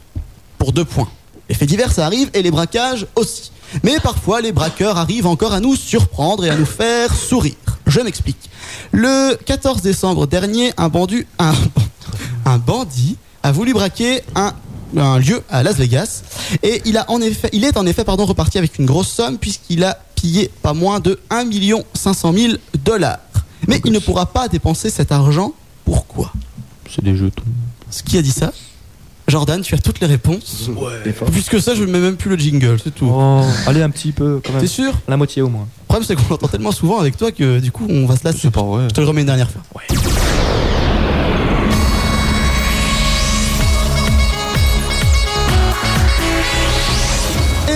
S2: Pour deux points. Les faits divers, ça arrive, et les braquages aussi. Mais parfois, les braqueurs arrivent encore à nous surprendre et à nous faire sourire. Je m'explique. Le 14 décembre dernier, un bandu, un, un bandit a voulu braquer un, un lieu à Las Vegas. Et il, a en effet, il est en effet pardon, reparti avec une grosse somme, puisqu'il a pillé pas moins de 1 500 000 dollars. Mais il ne pourra pas dépenser cet argent. Pourquoi
S8: C'est des jetons.
S2: ce qui a dit ça Jordan, tu as toutes les réponses. Plus que ça, je mets même plus le jingle, c'est tout.
S8: Oh, allez, un petit peu quand même.
S2: T'es sûr
S8: La moitié au moins.
S2: Le problème, c'est qu'on l'entend tellement souvent avec toi que du coup, on va se lasser.
S8: C'est pas vrai.
S2: Je te le remets une dernière fois.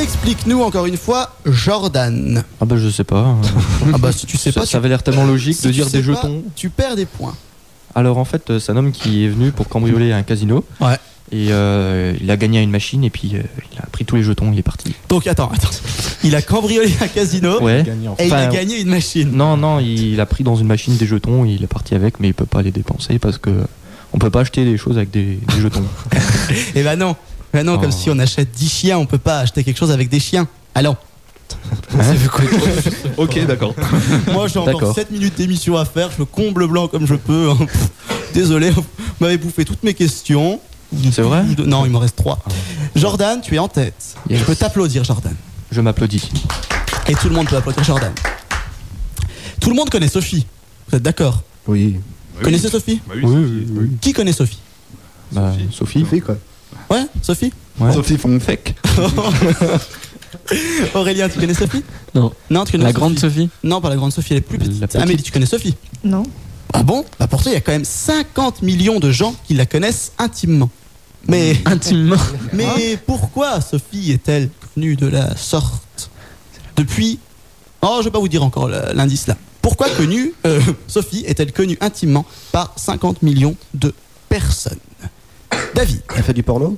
S2: Explique-nous encore une fois,
S8: [laughs]
S2: Jordan.
S8: Ah bah je sais pas.
S2: Ah bah si tu sais
S8: ça,
S2: pas,
S8: ça
S2: tu-
S8: avait l'air tellement logique
S2: Si
S8: de
S2: tu
S8: dire
S2: sais
S8: des
S2: pas,
S8: jetons.
S2: Tu perds des points.
S8: Alors en fait, euh, c'est un homme qui est venu pour cambrioler un casino.
S2: Ouais.
S8: Et euh, il a gagné à une machine et puis euh, il a pris tous les jetons, il est parti.
S2: Donc attends, attends. Il a cambriolé un casino
S8: Ouais.
S2: et Oh, il a
S8: Enfin,
S2: gagné une machine.
S8: Non, non, il a pris dans une machine des jetons, il est parti avec, mais il peut pas les dépenser parce que on peut pas acheter des choses avec des, des
S6: [laughs]
S8: jetons.
S2: Eh ben non, Eh ben non,
S8: Oh.
S2: comme si on achète 10 chiens, on peut pas acheter quelque chose avec des chiens. Allons.
S6: ok, d'accord.
S2: Moi j'ai encore
S8: D'accord.
S2: 7 minutes d'émission à faire, je comble blanc comme je peux. hein. Pff, Désolé, vous m'avez bouffé toutes mes questions.
S8: C'est vrai Ah.
S2: Non, il m'en reste 3. Jordan, tu es en tête.
S8: Yes.
S2: Je peux t'applaudir Jordan.
S8: Je m'applaudis.
S2: Et tout le monde peut applaudir Jordan. Tout le monde connaît Sophie. Vous êtes d'accord
S11: Oui.
S2: Connaissez Sophie
S6: Bah oui, Sophie.
S2: Qui connaît Sophie
S8: Bah, Sophie.
S11: Sophie, quoi.
S2: Ouais, Sophie
S8: Ouais.
S6: Sophie Fonfec.
S2: Aurélien, tu connais Sophie
S5: Non.
S2: Non, tu connais
S5: La
S2: Sophie
S5: grande Sophie
S2: Non, pas la grande Sophie, elle est plus petite.
S8: La petite.
S2: Amélie, tu connais Sophie
S7: Non.
S2: Ah bon Bah pourtant, il y a quand même 50 millions de gens qui la connaissent intimement. Mais,
S8: Mmh.
S5: Intimement. [laughs]
S2: mais pourquoi Sophie est-elle connue de la sorte Depuis... Oh, je vais pas vous dire encore le- l'indice là. Pourquoi connue euh, [laughs] Sophie est-elle connue intimement par 50 millions de personnes David
S11: Elle fait du porno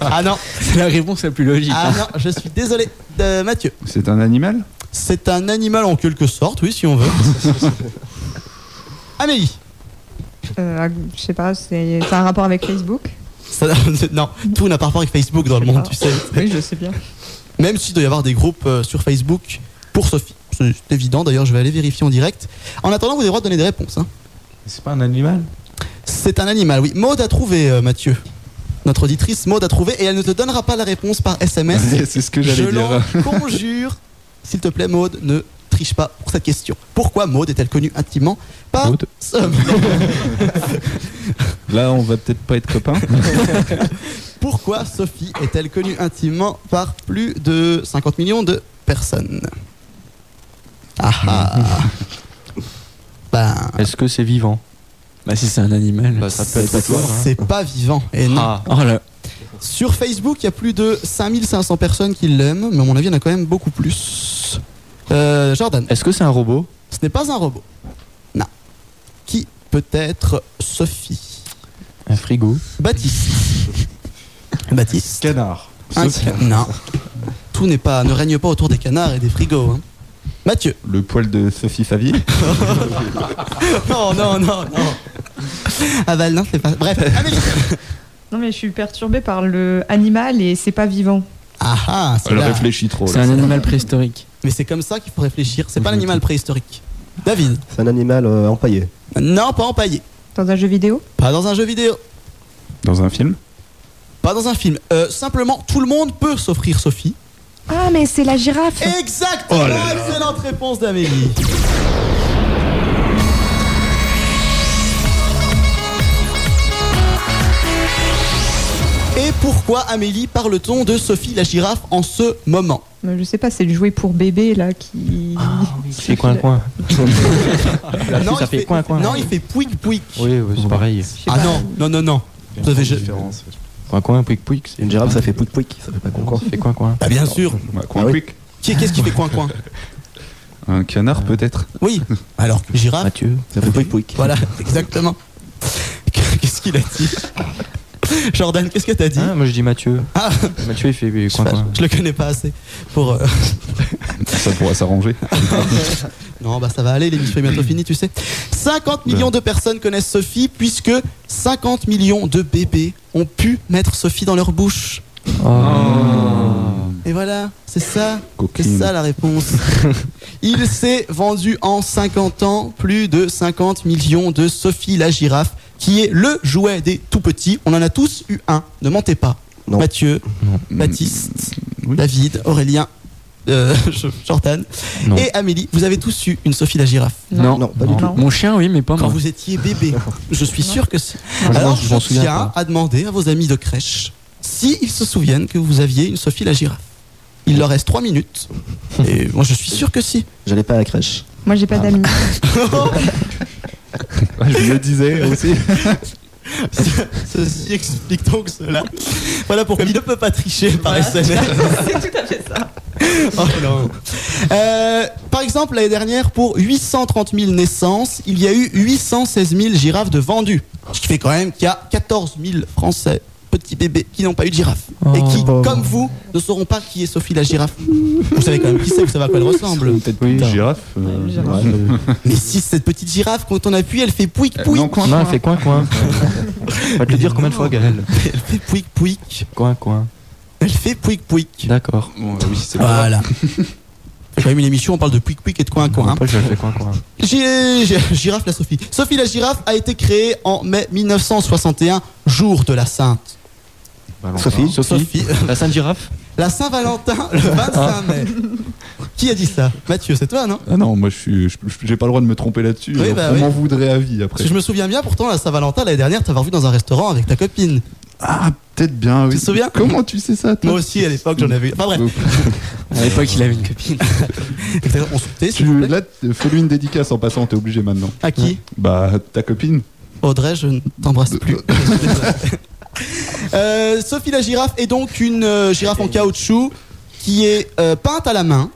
S2: Ah non
S5: C'est la réponse la plus logique.
S2: Ah non, je suis désolé. Euh, Mathieu
S6: C'est un animal
S2: C'est un animal en quelque sorte, oui, si on veut. Amélie
S7: Euh, je sais pas, c'est c'est un rapport avec Facebook
S2: Ça- [laughs] non, tout n'a pas rapport avec Facebook dans le
S7: Je sais
S2: monde,
S7: pas.
S2: tu sais.
S7: Oui, je sais bien.
S2: Même s'il doit y avoir des groupes euh, sur Facebook pour Sophie. C'est c'est évident, d'ailleurs, je vais aller vérifier en direct. En attendant, vous avez le droit de donner des réponses. hein.
S13: C'est pas un animal
S2: C'est un animal, oui. Maud a trouvé, euh, Mathieu. Notre auditrice, Maud a trouvé, et elle ne te donnera pas la réponse par SMS.
S6: [laughs] C'est ce que
S2: je
S6: j'allais
S2: l'en
S6: dire. [laughs]
S2: conjure. S'il te plaît, Maud, ne triche pas pour cette question. Pourquoi Maud est-elle connue intimement par...
S8: Maud.
S2: Somme
S6: Là, on va peut-être pas être copains.
S2: Pourquoi Sophie est-elle connue intimement par plus de 50 millions de personnes Ah
S6: [laughs]
S2: ah Ben,
S8: Est-ce que c'est vivant
S5: Bah, si c'est un animal.
S8: Bah, ça peut être toi.
S2: c'est pas vivant. Et non.
S8: Ah,
S5: Oh là.
S2: Sur Facebook, il y a plus de 5500 personnes qui l'aiment, mais à mon avis, il y en a quand même beaucoup plus. Euh, Jordan,
S8: est-ce que c'est un robot
S2: ce n'est pas un robot. Non. Qui peut être Sophie
S8: Un frigo
S2: Baptiste. Baptiste.
S13: Canard.
S2: Un canard. Non. Tout n'est pas, ne règne pas autour des canards et des frigos. hein. Mathieu.
S6: Le poil de Sophie Favier.
S2: Non, non, non, non. Ah bah non, c'est pas. Bref, Amélie.
S7: Non, mais je suis perturbée par le animal et c'est pas vivant.
S2: Ah ah, c'est
S6: Elle
S2: là.
S6: réfléchit trop.
S5: C'est
S6: Là.
S5: un animal préhistorique.
S2: Mais c'est comme ça qu'il faut réfléchir. C'est pas l'animal préhistorique. David.
S11: C'est un animal euh, empaillé.
S2: Non, pas empaillé.
S7: Dans un jeu vidéo
S2: Pas dans un jeu vidéo.
S6: Dans un film
S2: Pas dans un film. Euh, simplement, tout le monde peut s'offrir Sophie.
S3: Ah, mais c'est la girafe.
S2: Exactement.
S3: Oh là là.
S2: Excellente réponse d'Amélie. Et pourquoi Amélie parle-t-on de Sophie la girafe en ce moment
S7: Mais Je sais pas, c'est le jouet pour bébé là qui.
S8: C'est coin coin.
S2: Non,
S8: ça
S2: il
S8: fait
S2: fait-
S8: coin coin.
S2: non, il fait pouic pouic.
S8: Oui, oui, c'est pareil.
S2: Ah non, non, non, non. Vous avez je-
S8: Coin coin, pouic pouic.
S11: Une girafe, ça fait pouic pouic, ça fait pas
S5: [laughs]
S8: coin. Ça fait coin coin.
S2: Bah, bien sûr.
S6: coin
S2: Ah oui.
S6: pouic.
S2: Qui est- Qu'est-ce qui fait coin coin
S6: Un canard peut-être
S2: Oui. Alors que girafe.
S8: Mathieu,
S2: ça fait pouic pouic. Voilà, exactement. [laughs] Qu'est-ce qu'il a dit [laughs] Jordan, qu'est-ce que t'as dit
S8: Ah, moi je dis Mathieu.
S2: Ah.
S8: Mathieu il fait euh, coin coin.
S2: Je le connais pas assez pour. euh, [laughs]
S6: Ça pourra s'arranger.
S2: Non, bah ça va aller, l'émission est bientôt finie, tu sais. 50 millions de personnes connaissent Sophie puisque 50 millions de bébés ont pu mettre Sophie dans leur bouche.
S8: Ah.
S2: Et voilà, c'est ça. Ah. C'est ça
S5: [laughs]
S2: la réponse. Il s'est vendu en 50 ans plus de 50 millions de Sophie la girafe, qui est le jouet des tout petits. On en a tous eu un, ne mentez pas. Mathieu, Baptiste,
S5: Mm,
S2: David, Aurélien, euh, [laughs] Jordan
S5: Non.
S2: et Amélie, vous avez tous eu une Sophie la girafe
S5: Non. Non, pas du Non. tout. Mon chien, oui, mais pas
S2: Quand
S5: moi.
S2: vous
S5: [laughs]
S2: étiez bébé, je suis sûr que si.
S5: Moi, je
S2: Alors,
S5: m'en- je m'en
S2: je
S5: souviens
S2: tiens à demander à vos amis de crèche si ils se souviennent que vous aviez une Sophie la girafe. Il leur reste 3 minutes. Et moi, je suis sûr que si.
S11: J'allais pas à la crèche.
S7: Moi j'ai pas d'amis.
S6: je le disais aussi.
S2: Ceci explique donc cela. Voilà pourquoi il ne peut pas tricher par SMS.
S7: [laughs] C'est tout à fait ça.
S2: Oh non. Euh, par exemple, l'année dernière, pour 830 000 naissances, il y a eu 816 000 girafes de vendues. Ce qui fait quand même qu'il y a 14 000 Français, petits bébés, qui n'ont pas eu de girafe. Et qui, comme vous, ne sauront pas qui est Sophie la girafe. Vous savez quand même qui c'est, vous savez à quoi elle ressemble.
S6: Oui, girafe. euh,
S2: Mais si cette petite girafe, quand on appuie, elle fait pouic pouic.
S6: euh, non, coin, Non, elle coin. fait
S8: coin coin. On va te le dire combien de fois, Gaël
S2: Elle fait pouic pouic.
S8: Coin coin.
S2: Elle fait pouic pouic.
S8: D'accord.
S6: euh,
S2: Voilà. [laughs] J'ai quand même une émission, on parle de pouic pouic et de coin coin. hein.
S8: Après, je le fais coin coin.
S2: Gi- gi- Girafe la Sophie. Sophie la girafe a été créée en mai 1961, jour de la Sainte.
S8: Sophie, Sophie. La Sainte Girafe
S2: [laughs] La Saint-Valentin, [laughs] le 25 mai. Qui a dit ça Mathieu, c'est toi, non
S6: Ah non, moi je suis, je- je- j'ai pas le droit de me tromper là-dessus.
S2: Oui,
S6: alors
S2: bah
S6: on
S2: oui.
S6: m'en voudrait à vie
S2: Parce
S6: après.
S2: que je me souviens bien, pourtant, la Saint-Valentin, l'année dernière, t'avoir vu dans un restaurant avec ta copine.
S6: Ah, peut-être bien, oui.
S2: Tu te souviens
S6: Comment tu sais ça toi
S2: Moi aussi, à l'époque, j'en avais. Enfin bref. [laughs]
S5: À l'époque, il avait une copine.
S2: On se tait,
S6: Tu-
S2: s'il vous plaît.
S6: Là, t- fais-lui une dédicace en passant, t'es obligé maintenant.
S2: À qui
S6: Bah, ta copine.
S2: Audrey, je ne t'embrasse plus. Euh, Sophie la girafe est donc une euh, girafe en caoutchouc qui est euh, peinte à la main.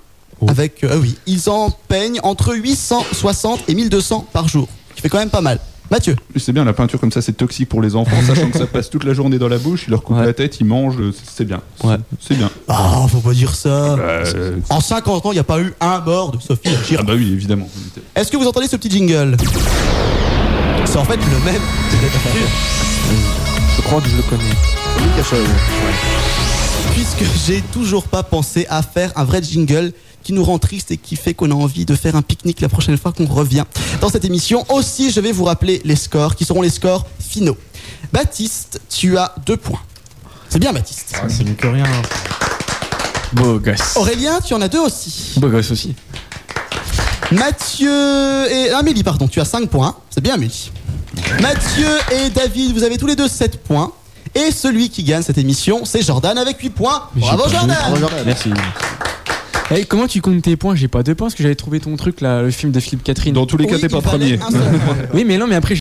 S2: Avec, euh, ah oui, ils en peignent entre 860 et 1200 par jour. Qui fait quand même pas mal. Mathieu,
S6: C'est bien, la peinture comme ça, c'est toxique pour les enfants, sachant que
S2: [laughs]
S6: ça passe toute la journée dans la bouche, ils leur coupent la tête, ils mangent, euh, c'est- c'est bien.
S8: Ouais.
S6: C'est bien.
S2: ah, faut pas dire ça.
S6: Euh,
S2: En 50 ans, il n'y a pas eu un mort de Sophie la
S6: Ah
S2: girafe.
S6: bah oui, évidemment.
S2: Est-ce que vous entendez ce petit jingle C'est en fait le même. [laughs]
S8: Je crois que je le connais.
S2: Puisque j'ai toujours pas pensé à faire un vrai jingle qui nous rend triste et qui fait qu'on a envie de faire un pique-nique la prochaine fois qu'on revient dans cette émission. Aussi, je vais vous rappeler les scores qui seront les scores finaux. Baptiste, tu as deux points. C'est bien, Baptiste.
S5: c'est mieux que rien. Beau gosse.
S2: Aurélien, tu en as deux aussi.
S5: Beau gosse aussi.
S2: Mathieu et Amélie, pardon, tu as 5 points. C'est bien, Amélie. Mathieu et David, vous avez tous les deux 7 points. Et celui qui gagne cette émission, c'est Jordan avec 8 points. Bravo, Jordan
S8: Merci.
S5: Eh, comment tu comptes tes points J'ai pas deux points parce que j'avais trouvé ton truc là, le film de Philippe Catherine.
S6: Dans tous les cas,
S2: Oui,
S6: t'es pas
S2: il fallait
S6: premier.
S2: un seul point.
S5: Oui, mais non, mais après,